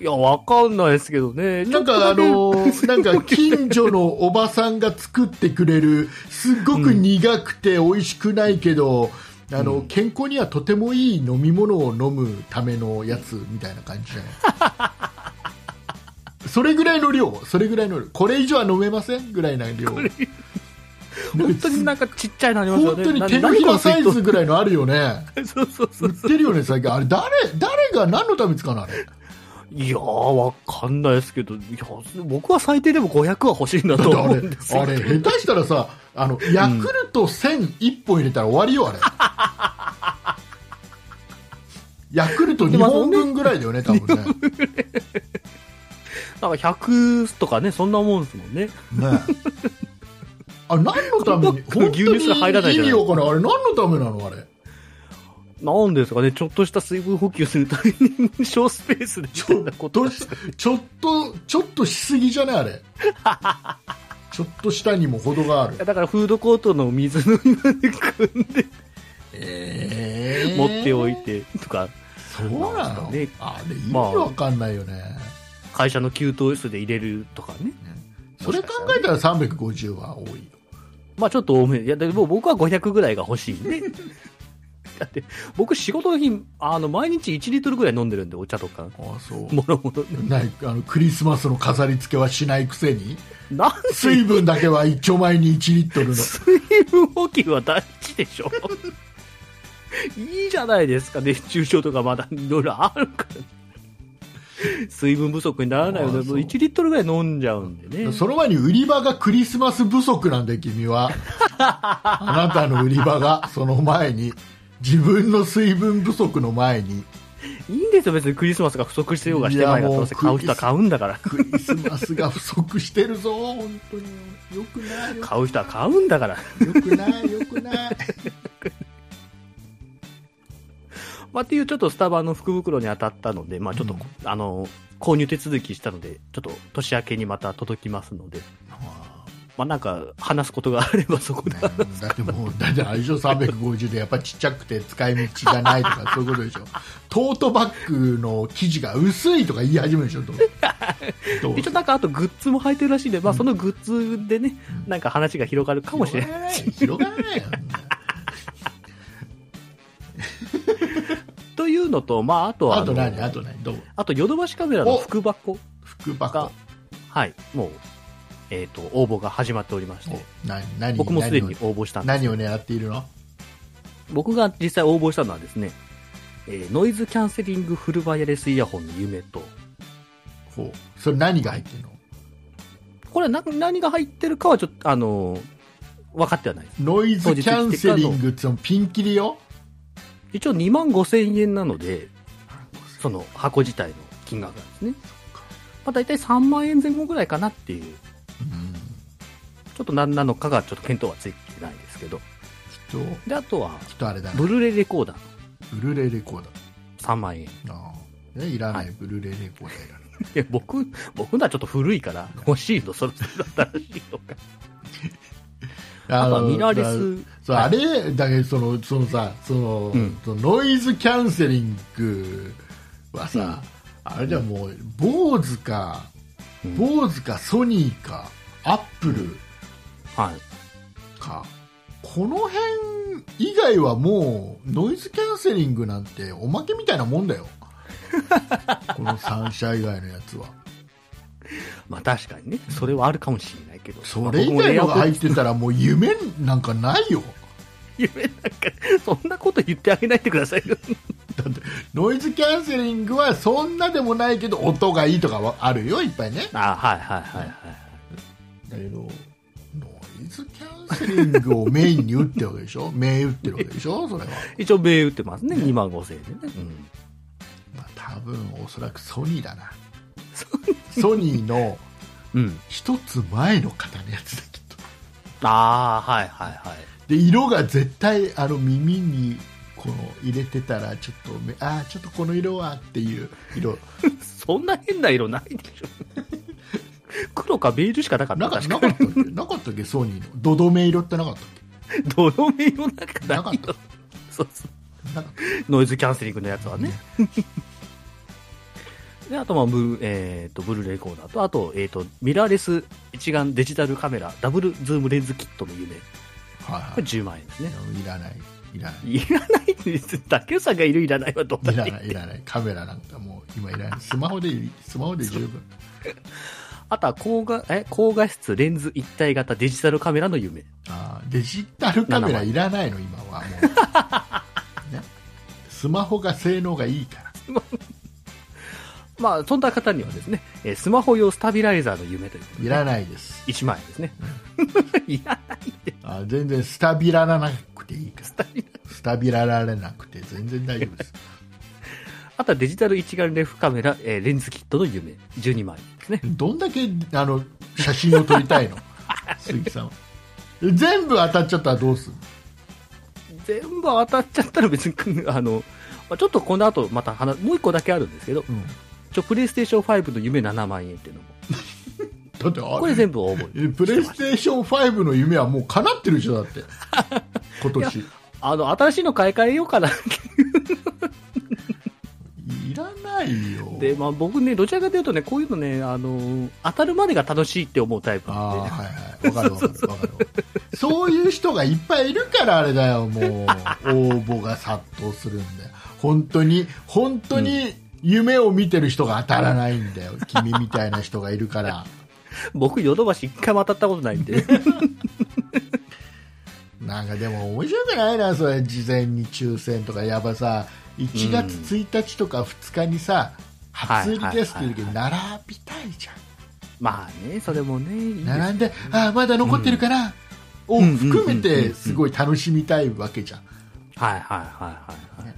Speaker 3: いや、わかんないですけどね。
Speaker 2: なんかあの
Speaker 3: [laughs]
Speaker 2: ーなんか近所のおばさんが作ってくれるすごく苦くて美味しくないけど、あの健康にはとてもいい飲み物を飲むためのやつみたいな感じじゃない
Speaker 3: [laughs]
Speaker 2: それぐらいの量それぐらいの量これ以上は飲めませんぐらいな量
Speaker 3: 本当になんかちっちゃいのありますよね。
Speaker 2: 本当に手のひらサイズぐらいのあるよね
Speaker 3: らい。 [laughs] そうそうそ
Speaker 2: 売って
Speaker 3: う。
Speaker 2: るよね最近あれ誰誰が何のために使うのあれ
Speaker 3: いやー、わかんないですけど、いや、僕は最低でも500は欲しいんだと
Speaker 2: だっ
Speaker 3: 思うんです
Speaker 2: てあ
Speaker 3: よ。
Speaker 2: れあれ下手したらさあのヤクルト1001本入れたら終わりよあれ
Speaker 3: [laughs]
Speaker 2: ヤクルト2本分ぐらいだよね多分ね
Speaker 3: なんか100とかね、そんなもんですもんね。
Speaker 2: ねあ何のために
Speaker 3: こんな
Speaker 2: 本
Speaker 3: 牛
Speaker 2: 当
Speaker 3: 乳すら入らない
Speaker 2: に
Speaker 3: じ
Speaker 2: 意
Speaker 3: ゃない
Speaker 2: 味わからんあれ何のためなのあれ
Speaker 3: なんですかね、ちょっとした水分補給するために、小スペースでみ
Speaker 2: ち
Speaker 3: たい
Speaker 2: ょ
Speaker 3: な
Speaker 2: っ
Speaker 3: こと
Speaker 2: としちょっとちょっとしすぎじゃないあ
Speaker 3: [laughs]
Speaker 2: れちょっとしたにも程がある
Speaker 3: いやだからフードコートの水飲みまで組んで
Speaker 2: えー
Speaker 3: 持っておいてとか、
Speaker 2: そうなの、
Speaker 3: ね
Speaker 2: あれ意味わかんないよね、
Speaker 3: 会社の給湯室で入れるとかね。
Speaker 2: それ考えたら350は多いよ
Speaker 3: まあちょっと多め。いや、でも僕は500ぐらいが
Speaker 2: [laughs]
Speaker 3: 欲しいんで。だって、僕仕事の日、あの、毎日1リットルぐらい飲んでるんで、お茶とか。
Speaker 2: ああそう
Speaker 3: もろもろ。
Speaker 2: ないあのクリスマスの飾り付けはしないくせに
Speaker 3: なん
Speaker 2: 水分だけは一丁前に1リットルの
Speaker 3: 水分補給は大事でしょ。いいじゃないですか、熱中症とかまだいろいろあるから。水分不足にならない
Speaker 2: あ
Speaker 3: よね。
Speaker 2: あ
Speaker 3: も
Speaker 2: そうう
Speaker 3: 1リットルぐらい飲んじゃうんでね。
Speaker 2: その前に売り場がクリスマス不足なんで君はあなたの売り場がその前に自分の水分不足の前に
Speaker 3: いいんですよ、別にクリスマスが不足してようがしてまいが、
Speaker 2: いや
Speaker 3: ど
Speaker 2: も
Speaker 3: う
Speaker 2: う
Speaker 3: せ買う人は買うんだから。
Speaker 2: クリスマスが不足してるぞ本当によくないよ
Speaker 3: 買う人は買うんだから。
Speaker 2: よくないよくない
Speaker 3: まあ、っていうちょっとスタバの福袋に当たったので、まあ、ちょっと、
Speaker 2: うん
Speaker 3: あの購入手続きしたので、ちょっと年明けにまた届きますので、まあ、なんか話すことがあればそこで、
Speaker 2: うんだってもう、だってあれでしょ、350でやっぱちっちゃくて使い道がないとか、そういうことでしょ。トートバッグの生地が薄いとか言い始めるでしょ、どうどう
Speaker 3: [laughs] 一応なんかあとグッズも入ってるらしいんで、まあ、そのグッズでね、なんか話が広がるかもしれない。
Speaker 2: ない。広がらないよ。
Speaker 3: というのと、まあ、あとは
Speaker 2: あと
Speaker 3: あ
Speaker 2: 何
Speaker 3: の
Speaker 2: あと何どう
Speaker 3: あとヨドバシカメラの
Speaker 2: お
Speaker 3: 福箱
Speaker 2: 福箱
Speaker 3: が。、はい、もう、えっ、と、応募が始まっておりまして、
Speaker 2: お何何
Speaker 3: 僕もすでに
Speaker 2: 何を
Speaker 3: 応募したんです。
Speaker 2: 何を狙っているの
Speaker 3: 僕が実際応募したのはですね、えーノイズキャンセリングフルワイヤレスイヤホンの夢と、
Speaker 2: ほう。それ何が入ってるの
Speaker 3: これはな何が入ってるかはちょっと、あのー分かってはないです。
Speaker 2: ノイズキャンセリングってそのピンキリよ。
Speaker 3: 一応2万5千円なので、その箱自体の金額なんですね。まあ、大体3万円前後ぐらいかなっていうちょっと何なのかがちょっと見当はついてないですけど。
Speaker 2: ちょっ
Speaker 3: で、あとは
Speaker 2: と、ちょっとあれだな
Speaker 3: ブルーレイレコーダー
Speaker 2: ブルーレイレコーダー
Speaker 3: 3万円。い
Speaker 2: ああいらない、
Speaker 3: は
Speaker 2: ブルーレイレコーダーいらない [laughs]
Speaker 3: や僕、僕のはちょっと古いから、欲しいの、そろそろ新しいのか。あとはミラーレ
Speaker 2: だ
Speaker 3: ス。
Speaker 2: そう
Speaker 3: はい
Speaker 2: あれだけそのそのさその、
Speaker 3: うん
Speaker 2: そのノイズキャンセリングはさ、あれじゃもう坊主か
Speaker 3: うん
Speaker 2: 坊主かソニーかアップル
Speaker 3: はい。
Speaker 2: か、この辺以外はもうノイズキャンセリングなんておまけみたいなもんだ
Speaker 3: [laughs]
Speaker 2: よこの3社以外のやつは
Speaker 3: まあ確かにね、それはあるかもしれないけど。
Speaker 2: それ以外のが
Speaker 3: まあ僕もレイアウ
Speaker 2: 入
Speaker 3: ト
Speaker 2: ってたらもう夢なんかないよ
Speaker 3: 夢なんか、そんなこと言ってあげないでくださいよ。
Speaker 2: ノイズキャンセリングはそんなでもないけど音がいいとかはあるよいっぱいね
Speaker 3: あはいはいはいはい。
Speaker 2: だけどノイズキャンセリングをメインに打ってるわけでしょ [laughs] メイン打ってるわけでしょそれは、
Speaker 3: 一応、米打ってますね、2万5000円でね。うん。
Speaker 2: まあ、多分おそらくソニーだなソニーの
Speaker 3: うん。
Speaker 2: 一つ前の方のやつだきっと
Speaker 3: ああ、はいはいはい。
Speaker 2: で色が絶対あの耳にこの入れてたらちょっとめあーちょっとこの色はっていう色
Speaker 3: そんな変な色ないでしょ。 [laughs] 黒かベージュしかなかっ
Speaker 2: な
Speaker 3: た。
Speaker 2: んか
Speaker 3: 確
Speaker 2: な
Speaker 3: か
Speaker 2: かったっけなかったっけソニーのドドメ色ってなかったっ
Speaker 3: どの目の中
Speaker 2: けなか
Speaker 3: だ
Speaker 2: っ
Speaker 3: い
Speaker 2: た
Speaker 3: よ。そうそう。
Speaker 2: なかった
Speaker 3: ノイズキャンセリングのやつはね。で、あと、まあ、ブル、えー、と、ブルーレイコーダーと、あと、えっ、と、ミラーレス一眼デジタルカメラ、ダブルズームレンズキットの夢。こ
Speaker 2: はいは
Speaker 3: れ10万円ですね。
Speaker 2: い、いらない、いらない
Speaker 3: らないんです。竹内さんがいるいらないはどうだ
Speaker 2: い、い
Speaker 3: っ
Speaker 2: ら
Speaker 3: て。
Speaker 2: ない、いらない、カメラなんかもう今いらない、スマホでいい、スマホで十分、
Speaker 3: あとは高画、え、高画質レンズ一体型デジタルカメラの夢。
Speaker 2: あーデジタルカメラいらないの、今はもう、ね、スマホが性能がいいから、
Speaker 3: まあ、そんな方にはですね、えースマホ用スタビライザーの夢ということ
Speaker 2: い
Speaker 3: で、
Speaker 2: らないです、
Speaker 3: 1万円ですね。 [laughs] いや、
Speaker 2: あー全然スタビラらなくていいから、スタビラられなくて、全然大丈夫です、
Speaker 3: あとはデジタル一眼レフカメラ、えーレンズキットの夢。12万円ですね。
Speaker 2: どんだけあの写真を撮りた
Speaker 3: [laughs]
Speaker 2: いの、鈴木さんは。全部当たっちゃったらどうする
Speaker 3: 全部当たっちゃったら別に、 [laughs] あの、まあ、ちょっとこの後また話、もう一個だけあるんですけど、
Speaker 2: の、うん、
Speaker 3: ちょ、プレイステーション5の夢7万円っていうのも、
Speaker 2: だってあ
Speaker 3: これ全部応募して
Speaker 2: え
Speaker 3: ました
Speaker 2: プレイステーション5の夢はもう叶ってるでしょだって
Speaker 3: [laughs]
Speaker 2: 今年い
Speaker 3: あの、新しいの買い替えようかな。
Speaker 2: らないよ
Speaker 3: で、まあ僕ね、どちらかというとね、こういうのね、あの、当たるまでが楽しいって思うタイプ
Speaker 2: あ
Speaker 3: な
Speaker 2: あ
Speaker 3: んで、
Speaker 2: はいはいわかるわかるわかるそういう人がいっぱいいるからあれだよもう応募が殺到するんだよ本当に本当に夢を見てる人が当たらないんだよ、君みたいな人がいる [laughs] から
Speaker 3: 僕、ヨドバシ一回も当たったことないんで。 [laughs]
Speaker 2: なんかでも面白くないなそれ事前に抽選とかやばさ1月1日とか2日にさ、初売りですっていう時に並びたいじゃん
Speaker 3: まあね、それもね、いいです
Speaker 2: 並んで、あーまだ残ってるから、を
Speaker 3: うん
Speaker 2: 含め
Speaker 3: うんうんうんう
Speaker 2: て
Speaker 3: ん
Speaker 2: すごい楽しみたいわけじゃん、
Speaker 3: はいはいはいはい、はい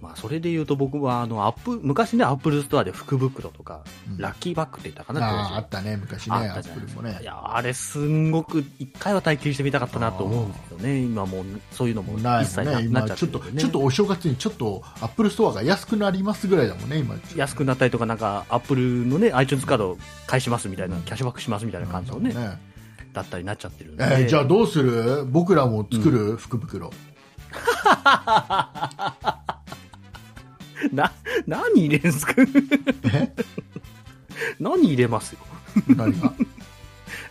Speaker 3: まあ、それで言うと僕はあのアップ昔ねアップルストアで福袋とか、
Speaker 2: うん
Speaker 3: ラッキーバッグって言ったかな
Speaker 2: あああったね昔ねア
Speaker 3: 当時あったじゃ
Speaker 2: ップ
Speaker 3: ない
Speaker 2: ル
Speaker 3: です
Speaker 2: も
Speaker 3: か、
Speaker 2: ね
Speaker 3: いやあれすんごく一回は体験してみたかったなと思うんですよね今もうそういうの
Speaker 2: も
Speaker 3: も
Speaker 2: うない
Speaker 3: 一切
Speaker 2: もん
Speaker 3: な
Speaker 2: ね
Speaker 3: くなっ
Speaker 2: 今
Speaker 3: ちゃっ
Speaker 2: ち
Speaker 3: て
Speaker 2: ょっ
Speaker 3: る
Speaker 2: と
Speaker 3: んでね
Speaker 2: ちょっとお正月にちょっとアップルストアが安くなりますぐらいだもんね今
Speaker 3: 安くなったりとかなんかアップルのね iTunes カード返しますみたいなキャッシュバックしますみたいな感じのね
Speaker 2: ね
Speaker 3: だったりなっちゃってるんで、
Speaker 2: えーじゃあどうする僕らも作る、福袋
Speaker 3: な何入れるんすか
Speaker 2: え
Speaker 3: 何入れますよ [laughs]
Speaker 2: 何が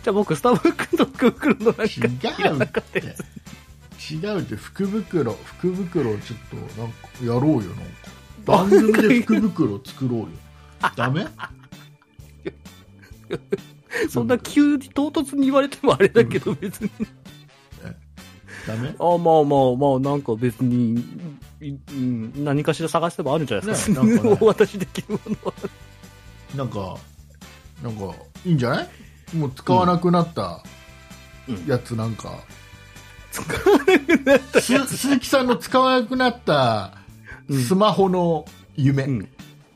Speaker 3: じゃあ僕スターバックスの福袋の中
Speaker 2: 違うって違うって福袋福袋をちょっとなんかやろうよなんか番組で福袋作
Speaker 3: [laughs]
Speaker 2: ろうよダメ
Speaker 3: そんな急に唐突に言われてもあれだけど、別に。
Speaker 2: ダメ
Speaker 3: あまあまあまあ、なんか別に、いうん何かしら探してもあるんじゃないですか。
Speaker 2: ねなんかね
Speaker 3: [laughs] お渡しできるものは。 [laughs]
Speaker 2: なんか、なんか、いいんじゃないもう使わなくなった
Speaker 3: うん
Speaker 2: やつなんか。す鈴木さんの使わなくなったスマホの夢。
Speaker 3: うん。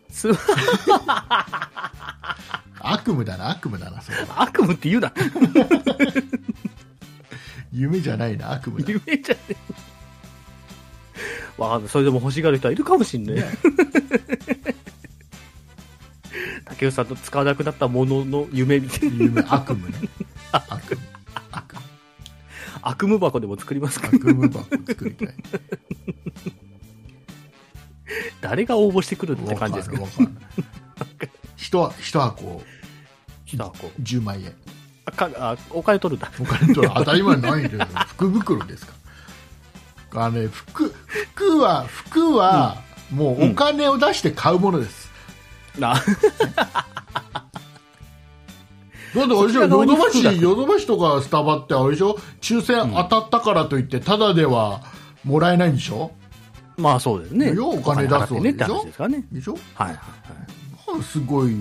Speaker 3: す
Speaker 2: 悪夢だな悪夢だなそれは
Speaker 3: 悪夢って言うな。
Speaker 2: 夢じゃないな
Speaker 3: [laughs]
Speaker 2: 悪夢だ
Speaker 3: 夢じゃねえ。わかんない。それでも欲しがる人はいるかもしんない。 [laughs] 竹内さんと使わなくなったものの夢
Speaker 2: [laughs]
Speaker 3: みたいな。
Speaker 2: 夢悪夢ね悪夢
Speaker 3: 悪夢箱でも作りますか
Speaker 2: 悪夢箱作
Speaker 3: [laughs]
Speaker 2: りたい
Speaker 3: 誰が応募してくるんだって
Speaker 2: わか
Speaker 3: 感
Speaker 2: ん
Speaker 3: じ
Speaker 2: ない
Speaker 3: ですけど。
Speaker 2: わかんない一箱一箱
Speaker 3: 一箱
Speaker 2: 10万円
Speaker 3: あかあお金取るんだ。
Speaker 2: お金とは当たり前ないですよ福袋ですからあのね服服は服はもうお金を出して買うものです、
Speaker 3: な、
Speaker 2: だってあれでしょ
Speaker 3: そちら側
Speaker 2: ヨ
Speaker 3: に
Speaker 2: ドバ
Speaker 3: 服だから
Speaker 2: シヨドバシとかスタバってあれでしょ抽選当たったからといってただではもらえないんでしょ
Speaker 3: [laughs] まあそうですね。
Speaker 2: ようお金出すわけでしょ
Speaker 3: お金払ってねって話ですからね。
Speaker 2: でしょ
Speaker 3: はいはいはい。
Speaker 2: まあすごい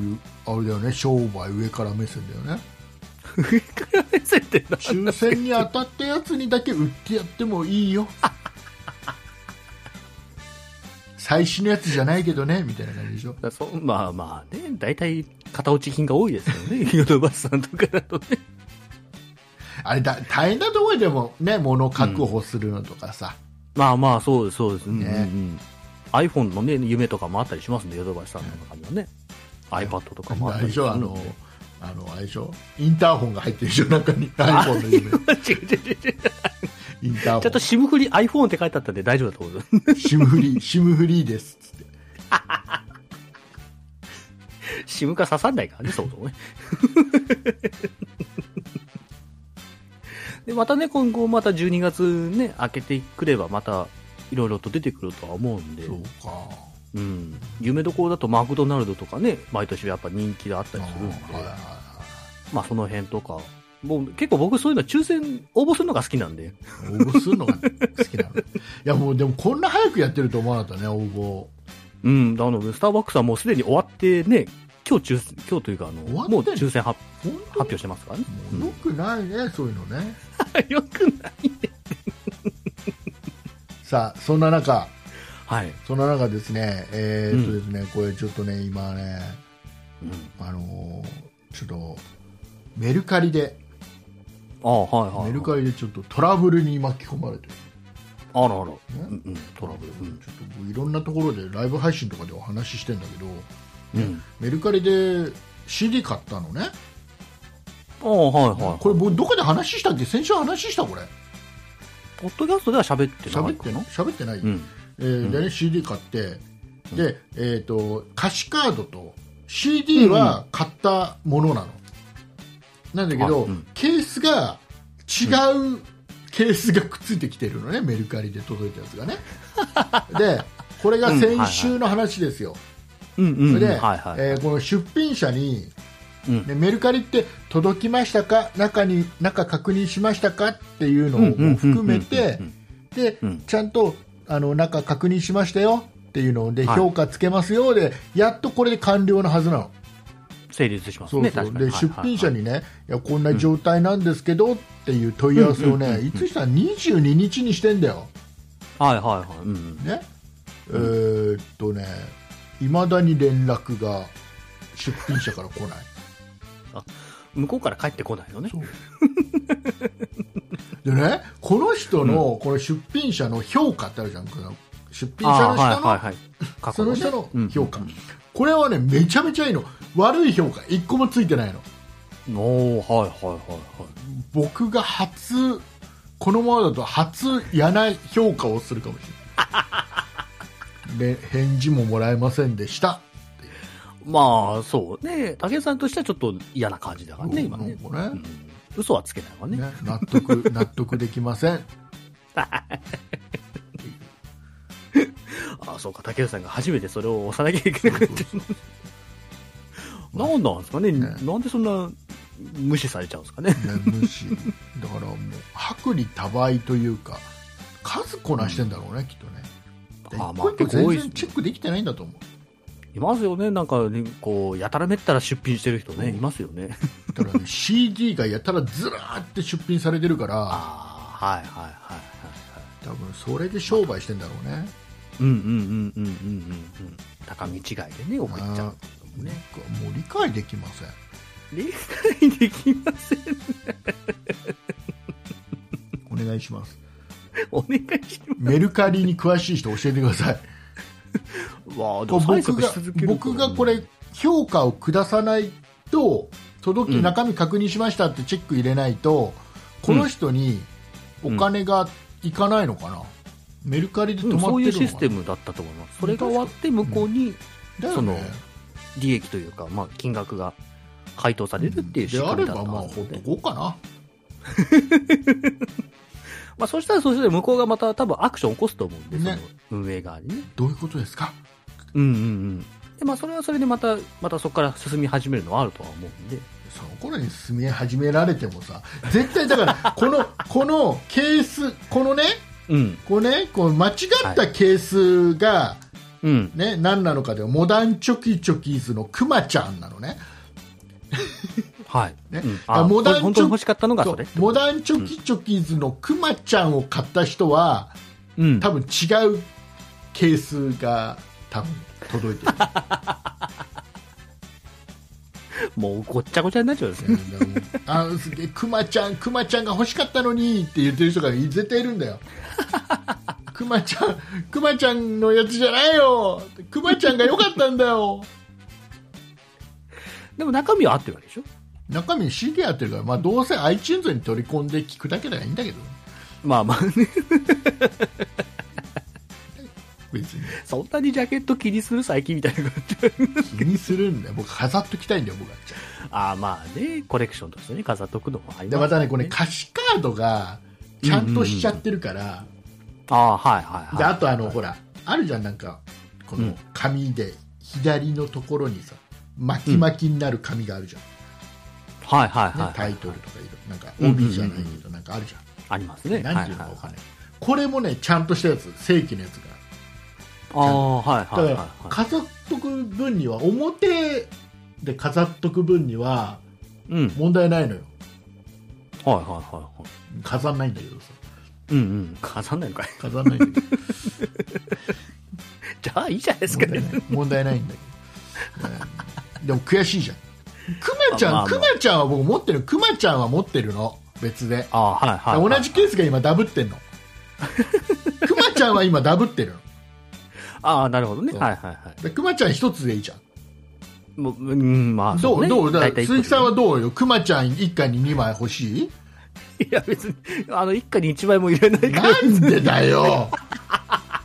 Speaker 2: あれだよね商売上から目線だよね
Speaker 3: [laughs] 上から目線って
Speaker 2: [laughs]
Speaker 3: な
Speaker 2: 抽選に当たったやつにだけ売ってやってもいい
Speaker 3: [laughs]
Speaker 2: よ最新のやつじゃないけどねみたいな感じでしょ
Speaker 3: だそうまあまあね、大体、片落ち品が多いですよね、ヨドバシさんとかだとね。
Speaker 2: あれだ大変だと思うよでもね物を確保するのとかさ、
Speaker 3: まあまあ、そうです、そうです。うんうんう
Speaker 2: ね
Speaker 3: ん iPhone のね、夢とかもあったりしますね、ヨドバシさんの中にはね。iPad とかもあ
Speaker 2: あ
Speaker 3: っ
Speaker 2: れで
Speaker 3: たり
Speaker 2: し
Speaker 3: す
Speaker 2: ょ
Speaker 3: る
Speaker 2: あの
Speaker 3: ので。
Speaker 2: あのあれでしょインターホンが入ってるでしょ中に iPhone の夢
Speaker 3: 違う違う違う違う
Speaker 2: インター
Speaker 3: ちゃんと
Speaker 2: ホ
Speaker 3: SIM フリー iPhone って書いてあったんで大丈夫だと思う。 [laughs]
Speaker 2: ンシムフリーシムフリーですっつって
Speaker 3: SIM が刺さんないからね、そもそもね。 [laughs] で、またね、今後また12月ね、明けてくればまた、いろいろと出てくるとは思うんで。
Speaker 2: そうか
Speaker 3: うん、夢どころだとマクドナルドとかね毎年やっぱ人気があったりするんで、
Speaker 2: はいはいはい
Speaker 3: まあ、その辺とかもう結構僕そういうの抽選応募するのが好きなんで
Speaker 2: 応募するのが好きなのいやもうでもこんな早くやってると思わなかったね応
Speaker 3: うんあのスターバックスはもうすでに終わってね今日抽選今日というかあの
Speaker 2: 終わってん
Speaker 3: も
Speaker 2: の
Speaker 3: う抽選発
Speaker 2: 募本
Speaker 3: 発表してますからね
Speaker 2: 当 [laughs] によくないね、そういうのね
Speaker 3: よくない
Speaker 2: さあそんな中
Speaker 3: はい、
Speaker 2: そんな中ですねえーっと
Speaker 3: う
Speaker 2: ですね、これちょっとね今ね
Speaker 3: うん、
Speaker 2: あのーちょっとメルカリで
Speaker 3: ああはいはいはい
Speaker 2: メルカリでちょっとトラブルに巻き込まれてる
Speaker 3: あらあら、うんうん、トラブルうん
Speaker 2: ちょっと僕いろんなところでライブ配信とかでお話ししてんだけど
Speaker 3: うん
Speaker 2: メルカリで CD 買ったのね
Speaker 3: ああはいはい
Speaker 2: これ僕どこで話したっけ先週話したこれ
Speaker 3: ポッドキャストでは喋ってない
Speaker 2: 喋っての喋ってない、
Speaker 3: うん
Speaker 2: えーでね CD 買ってで、えー、と歌詞カードと CD は買ったものなの、なんだけど、
Speaker 3: あうん
Speaker 2: ケースが違うケースがくっついてきてるのねメルカリで届いたやつが
Speaker 3: [laughs]
Speaker 2: ねでこれが先週の話ですよ、
Speaker 3: うんうんうん
Speaker 2: それで、
Speaker 3: はいはい、
Speaker 2: えーこの出品者に、
Speaker 3: うん
Speaker 2: ねメルカリって届きましたか中に中確認しましたかっていうの
Speaker 3: うんうんうんうんうん
Speaker 2: を含めてで、
Speaker 3: うん
Speaker 2: ちゃんとあの中確認しましたよっていうので
Speaker 3: はい
Speaker 2: 評価つけますよで、やっとこれで完了のはずなの。
Speaker 3: 成立します
Speaker 2: そう
Speaker 3: ね
Speaker 2: そう
Speaker 3: 確か
Speaker 2: で
Speaker 3: に
Speaker 2: 出品者
Speaker 3: に
Speaker 2: にね、いやこんな状態なんですけどっていう問い合わせをね、
Speaker 3: うんうんうんうん
Speaker 2: いつしたら22日にしてんだよ、
Speaker 3: はいはいはい、うんうん、
Speaker 2: ねえーっとね、いまだに連絡が出品者から来ない、
Speaker 3: 向こうから帰ってこないのね。
Speaker 2: [laughs] でね、この人の、この出品者の評価ってあるじゃん、この出品者の人の、
Speaker 3: はいはいはい。過去
Speaker 2: その
Speaker 3: ね
Speaker 2: 人の評価、
Speaker 3: うん
Speaker 2: これはね、めちゃめちゃいいの、悪い評価、一個もついてないの、
Speaker 3: うんおーはいはいはいはい。
Speaker 2: 僕が初、このままだと初、嫌な評価をするかもし
Speaker 3: [laughs]
Speaker 2: れない。で返事ももらえませんでした、
Speaker 3: まあそうね、武井さんとしてはちょっと嫌な感じだからね、今ね。
Speaker 2: なんか
Speaker 3: う
Speaker 2: ね
Speaker 3: ん嘘はつけないわね。
Speaker 2: ね納得納得できま
Speaker 3: [laughs]
Speaker 2: せん、
Speaker 3: ああ、そうか、竹内さんが初めてそれを押さなきゃいけなくて。なんなんですかね
Speaker 2: ね
Speaker 3: なんでそんな無視されちゃうんですかね。
Speaker 2: ね無視だからもう薄利多売というか数こなしてんだろうね、きっとね
Speaker 3: あ
Speaker 2: 一
Speaker 3: まあ
Speaker 2: 個一個
Speaker 3: 結構多い
Speaker 2: 全然チェックできてないんだと思う
Speaker 3: いますよね、なんかね、こう、やたらめったら出品してる人ね、
Speaker 2: うん
Speaker 3: いますよね。
Speaker 2: だから、
Speaker 3: [laughs]
Speaker 2: ね、CD がやたらずらーって出品されてるから
Speaker 3: ああ、はいはいはいはい。
Speaker 2: 多分それで商売してんだろうね
Speaker 3: うんうんうんうんうんうんうん。高見違いでね、送っちゃう。
Speaker 2: なんかもう理解できません
Speaker 3: 理解できません。
Speaker 2: お願いします
Speaker 3: お願いしま
Speaker 2: メルカリに詳しい人教えてください
Speaker 3: す。わあ、で
Speaker 2: こ
Speaker 3: も
Speaker 2: う
Speaker 3: 催
Speaker 2: 僕
Speaker 3: 促
Speaker 2: が
Speaker 3: し続ける
Speaker 2: 僕がこ
Speaker 3: れ。
Speaker 2: れ評価を下さないと届き、
Speaker 3: うん
Speaker 2: 中身確認しましたってチェック入れないとこの人にお金がいかないのかな、メルカリで止
Speaker 3: うん
Speaker 2: ま
Speaker 3: そう
Speaker 2: っ
Speaker 3: い
Speaker 2: てる
Speaker 3: うシ
Speaker 2: の
Speaker 3: ス
Speaker 2: か
Speaker 3: テ
Speaker 2: な
Speaker 3: ムだったと思います。それが終わって向こうに
Speaker 2: だよ
Speaker 3: その
Speaker 2: ね
Speaker 3: 利益というか、まあ、金額が回答されるっていう仕
Speaker 2: であ
Speaker 3: 組
Speaker 2: れ
Speaker 3: みだ
Speaker 2: ば
Speaker 3: った
Speaker 2: まあ
Speaker 3: はず
Speaker 2: ほ
Speaker 3: な
Speaker 2: っ
Speaker 3: ので
Speaker 2: とこうかな
Speaker 3: まあ、そしたら、そしたら向こうがまた多分アクションを起こすと思うんで、
Speaker 2: ね
Speaker 3: その運営側にね。
Speaker 2: どういうことですか
Speaker 3: うんうんうん。で、まあ、それはそれでまた、またそこから進み始めるのはあるとは思うんで。
Speaker 2: その頃に進み始められてもさ絶対だから
Speaker 3: [laughs]
Speaker 2: このこのケースこのね
Speaker 3: うん。
Speaker 2: こうねこう間違ったケースが、
Speaker 3: うん。
Speaker 2: ね何なのかではモダンチョキチョキーズのクマちゃんなのね
Speaker 3: はい。
Speaker 2: ね
Speaker 3: うん、
Speaker 2: だから
Speaker 3: あ、
Speaker 2: モダンチョ
Speaker 3: 本当に欲しかったのが
Speaker 2: そ
Speaker 3: そうれ。
Speaker 2: モダンチョキチョキーズのクマちゃんを買った人は
Speaker 3: うん。
Speaker 2: 多分違うケースが多分届いてる
Speaker 3: もうごっちゃごちゃになっちゃうんですね。
Speaker 2: うん
Speaker 3: [laughs]
Speaker 2: あすげえクマちゃんクマちゃんが欲しかったのにって言ってる人が絶対いるんだ
Speaker 3: [laughs]
Speaker 2: よクマちゃんクマちゃんのやつじゃないよクマちゃんが良かったんだよ
Speaker 3: でも中身は合ってるわけでしょ
Speaker 2: 中身 CD やってるから、まあ、どうせ iTunes に取り込んで聞くだけならいいんだけど
Speaker 3: まあまあね、
Speaker 2: 別に
Speaker 3: そんなにジャケット気にする最近みたいな感じ。
Speaker 2: 気にするんだよ僕飾っときたいんだよ僕は
Speaker 3: ああまあね、コレクションとしてね、飾っとくのもあり
Speaker 2: で
Speaker 3: ます
Speaker 2: またねこれ歌詞カードがちゃんとしちゃってるから、
Speaker 3: ああ、はいはいはい。
Speaker 2: であとあのほらあるじゃんなんかこ
Speaker 3: う
Speaker 2: の
Speaker 3: ん
Speaker 2: 紙で左のところにさ巻き巻きになる紙があるじゃん、
Speaker 3: はいはい
Speaker 2: ね
Speaker 3: はい。
Speaker 2: タイトルとかいろなんか
Speaker 3: うんうんうん
Speaker 2: 帯じゃないけどなんかあるじゃ
Speaker 3: ありますね。
Speaker 2: ん、なんていうのかわかん
Speaker 3: はいはい
Speaker 2: ないこれもねちゃんとしたやつ正規のやつが
Speaker 3: ああ、はい
Speaker 2: だか
Speaker 3: はいはい
Speaker 2: ら
Speaker 3: は。
Speaker 2: 飾っとく分には表で飾っとく分にはい
Speaker 3: うん。はい
Speaker 2: 問題ないのよ
Speaker 3: はいはいは
Speaker 2: 飾んないんだけどさ
Speaker 3: い。うんうん。飾んないのかい。
Speaker 2: 飾んないんだけど
Speaker 3: じゃあいいじゃないです
Speaker 2: 問
Speaker 3: か
Speaker 2: 題
Speaker 3: ね。
Speaker 2: ない問題ないんだけど、うんでも悔しいじゃんクマちゃん、
Speaker 3: まあまあ
Speaker 2: クマちゃんは僕持ってるクマちゃんは持ってるの別で、
Speaker 3: ああ、はいはいはい。
Speaker 2: 同じケースが今ダブってんのクマちゃんは今ダブってるの
Speaker 3: ああ、なるほどね。
Speaker 2: そう
Speaker 3: はいはいはい。
Speaker 2: でクマちゃん一つでいいじゃん
Speaker 3: もう、うん、まあ、
Speaker 2: ど
Speaker 3: そうね
Speaker 2: どうだ
Speaker 3: 大体一個
Speaker 2: 鈴木さんはどうよクマちゃん一家に二枚欲しい
Speaker 3: いや別に、あの、一家に一枚も入れないから。
Speaker 2: なんでだよ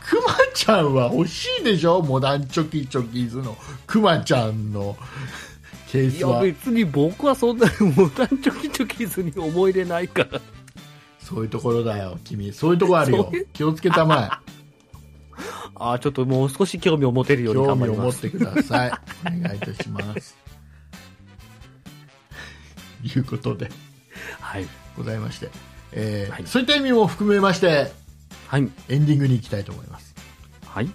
Speaker 2: クマちゃんは欲しいでしょモダンチョキチョキズのクマちゃんのケー
Speaker 3: い
Speaker 2: ス
Speaker 3: や
Speaker 2: は
Speaker 3: 別に僕はそんなモダンチョキチョキずに思い入れないから
Speaker 2: そういうところだよ君そういうところあるよ
Speaker 3: そうい
Speaker 2: 気をつけたまえ
Speaker 3: ああちょっともう少し興味を持て [laughs] るように
Speaker 2: 興
Speaker 3: 頑張
Speaker 2: 味
Speaker 3: り
Speaker 2: を持
Speaker 3: ま
Speaker 2: っ
Speaker 3: す
Speaker 2: てください。お願いいたします。いうことで
Speaker 3: はい、
Speaker 2: ございまして、えー
Speaker 3: はい
Speaker 2: そういった意味も含めまして
Speaker 3: はい
Speaker 2: エンディングに行きたいと思います。
Speaker 3: はい、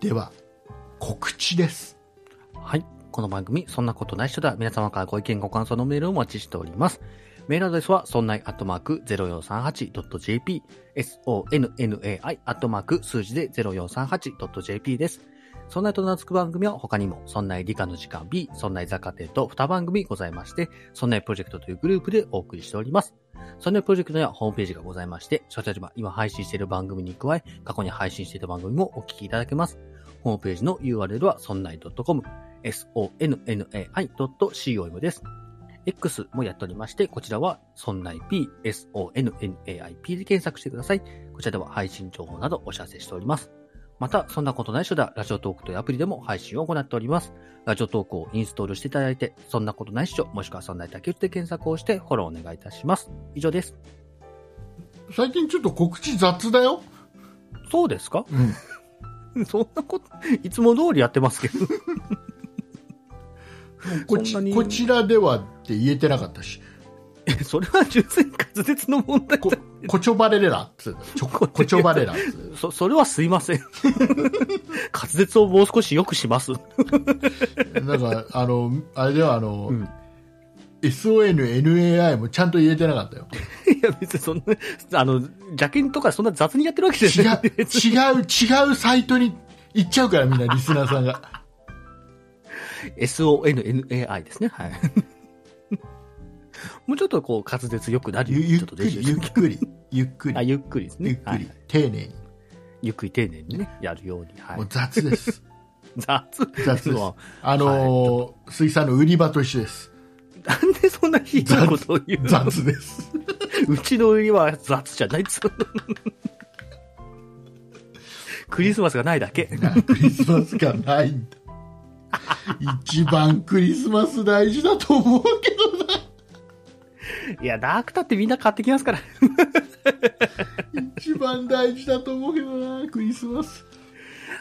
Speaker 2: では告知です。
Speaker 3: はい、この番組「そんなことない人だ」皆様からご意見ご感想のメールをお待ちしておりますメールアドレスは、そんないアットマーク 0438.jp、sonnai アットマーク数字で 0438.jp です。そんないと名付く番組は他にも、そんない理科の時間 B、そんない雑貨店と2番組ございまして、そんないプロジェクトというグループでお送りしております。そんないプロジェクトにはホームページがございまして、そちらでは今配信している番組に加え、過去に配信していた番組もお聞きいただけます。ホームページの URL は、そんない .com、sonnai.com です。X もやっておりまして、こちらは、そんな IP、SONNAIP で検索してください。こちらでは配信情報などお知らせしております。また、そんなことない人では、ラジオトークというアプリでも配信を行っております。ラジオトークをインストールしていただいて、そんなことない人、もしくはそんな竹内で検索をして、フォローお願いいたします。以上です。
Speaker 2: 最近ちょっと告知雑だよ。
Speaker 3: そうですか [laughs] そんなこと、いつも通りやってますけど。
Speaker 2: こち
Speaker 3: そんなに
Speaker 2: こちらではって言えてなかったし、
Speaker 3: それは純粋に滑舌の問題 [laughs]
Speaker 2: こ
Speaker 3: だ。
Speaker 2: こちょばれれらっつうのちょこちょばれらっつうの
Speaker 3: そ、それはすいま
Speaker 2: [laughs]
Speaker 3: せん。滑舌をもう少し良くします。
Speaker 2: なんか、あの、あれでは、あの、
Speaker 3: ん
Speaker 2: SONNAI もちゃんと言えてなかったよ。
Speaker 3: いや、別にそんな、あの、邪剣とかそんな雑にやってるわ [laughs] け
Speaker 2: 違
Speaker 3: じゃないんで。別に
Speaker 2: う、違う、違うサイトに行っちゃうから、
Speaker 3: [laughs]
Speaker 2: みんな、リスナーさんが。
Speaker 3: SONNAI ですね。
Speaker 2: [laughs]
Speaker 3: はい。もうちょっとこう、滑舌良くなるよ
Speaker 2: ゆ
Speaker 3: うに
Speaker 2: ゆ
Speaker 3: ち
Speaker 2: っ
Speaker 3: ょっと
Speaker 2: く
Speaker 3: 練習
Speaker 2: り、
Speaker 3: し
Speaker 2: ゆ
Speaker 3: て
Speaker 2: っくり、ゆっく
Speaker 3: あ、
Speaker 2: り、
Speaker 3: ゆっくりですね。
Speaker 2: ゆっく
Speaker 3: はい
Speaker 2: り、丁寧に。
Speaker 3: ゆっくり丁寧にね、やるように。は
Speaker 2: もう
Speaker 3: い。
Speaker 2: 雑
Speaker 3: [laughs]
Speaker 2: です。
Speaker 3: 雑。 [laughs]
Speaker 2: 雑です
Speaker 3: は。
Speaker 2: あのー水産の売り場と一緒です。
Speaker 3: なんでそんなひどいことを言うの
Speaker 2: 雑です。
Speaker 3: うちの売りは雑じゃないっ
Speaker 2: [laughs]
Speaker 3: つうのクリスマスがないだけ。
Speaker 2: クリスマスがないんだ。一番クリスマス大事だと思うけどな。
Speaker 3: いや、ダークタってみんな買ってきますから。
Speaker 2: 一番大事だと思うけどな、クリスマス。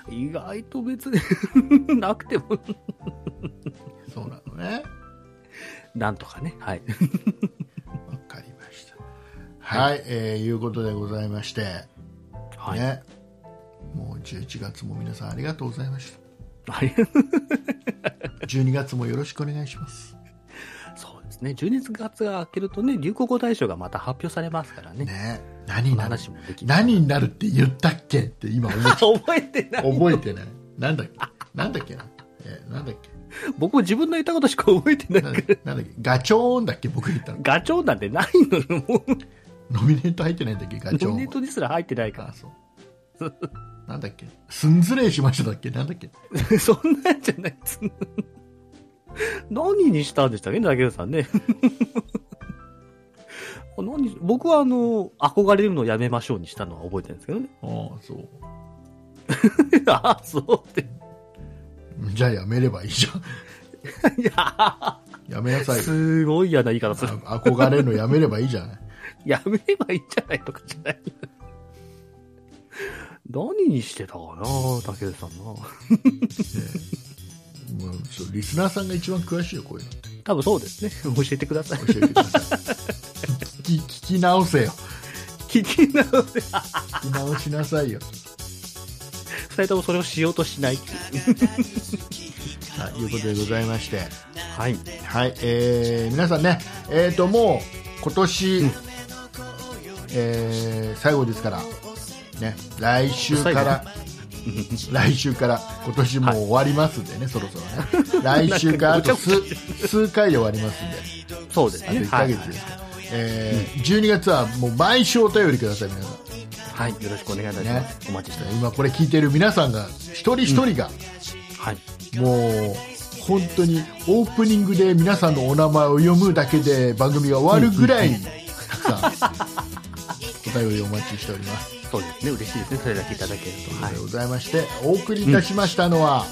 Speaker 3: 意外と別に [laughs] なくても、
Speaker 2: そうなのね。
Speaker 3: なんとかね。
Speaker 2: [laughs]
Speaker 3: はい。
Speaker 2: わかりました。はい、えーいうことでございまして、
Speaker 3: はい。
Speaker 2: ね、もう11月も皆さんありがとうございました。
Speaker 3: はい [laughs]
Speaker 2: 12月もよろしくお願いします。
Speaker 3: そうですね。12月が明けるとね、流行語大賞がまた発表されますからね。
Speaker 2: ね、何
Speaker 3: そ
Speaker 2: に
Speaker 3: の
Speaker 2: なる
Speaker 3: 話もできない。
Speaker 2: 何になるって言ったっけって今思っ
Speaker 3: [laughs] 覚えて [laughs] ない。
Speaker 2: 覚えてない。なんだっけなんだっけな、えーなんだっけ
Speaker 3: 僕も自分の言ったことしか覚えてない
Speaker 2: な
Speaker 3: か
Speaker 2: ん
Speaker 3: ら
Speaker 2: だっ。けなんだっけガチョーンだっけ僕言ったの。
Speaker 3: ガチョウなんてないのよ。もう、
Speaker 2: ノミネート入ってないんだっけガチョーン
Speaker 3: ノミ
Speaker 2: は。
Speaker 3: ネートにすら入ってない
Speaker 2: あ
Speaker 3: か
Speaker 2: そう。なんだっけすんずれしましただっけなんだっけ
Speaker 3: ら。 [laughs] そんなんじゃないっつうの何にしたんでしたっけ竹田さんね。 [laughs] 何僕はあの、憧れるのをやめましょうにしたのは覚えてるんですけどね。 [laughs]
Speaker 2: ああ、そう。
Speaker 3: ああ、そうって。
Speaker 2: じゃあやめればいいじゃん。
Speaker 3: いや
Speaker 2: やめなさいよ。
Speaker 3: すごい嫌な言い方する。
Speaker 2: あ憧れるのやめればいいじゃない。
Speaker 3: やめればいいんじゃないとかじゃない。何にしてたかな竹内さんな。
Speaker 2: もうちょっとリスナーさんが一番詳しいよ、こういう
Speaker 3: 多分そうですね。教えてください。
Speaker 2: の。教えてください。聞き聞き直せよ。
Speaker 3: 聞き直せ。
Speaker 2: 聞き直しなさいよ。
Speaker 3: 二人ともそれをしようとしないっていう。
Speaker 2: はい、いうことでございまして。
Speaker 3: はい。
Speaker 2: はい、えー、皆さんね、えーと、もう今年、えー最後ですから、ね、来週から、 [laughs] 来週から、今年もう終わりますんでね、そろそろね。来週からあと [laughs] 数数回で終わりますんで。
Speaker 3: そうです
Speaker 2: あと
Speaker 3: ね。
Speaker 2: 1
Speaker 3: は
Speaker 2: ヶ
Speaker 3: い。
Speaker 2: 月ですから、えー12月はもう毎週お便りください皆さん
Speaker 3: はい。よろしくお願いいたします。お待ちしておりま
Speaker 2: 今これ聞いてる皆さんが一人一人が、
Speaker 3: す。はい。
Speaker 2: もう本当にオープニングで皆さんのお名前を読むだけで番組が終わるぐらいにたくさ
Speaker 3: [laughs]
Speaker 2: んお便りお待ちしております
Speaker 3: そうですね。嬉しいですね。それだけいただけると。
Speaker 2: と
Speaker 3: はい
Speaker 2: いうことで。ございましてお送りいたしましたのは、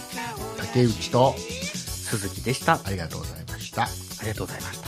Speaker 2: 竹内と
Speaker 3: 鈴木でした。あ
Speaker 2: ありがとうございました
Speaker 3: りがとうございました。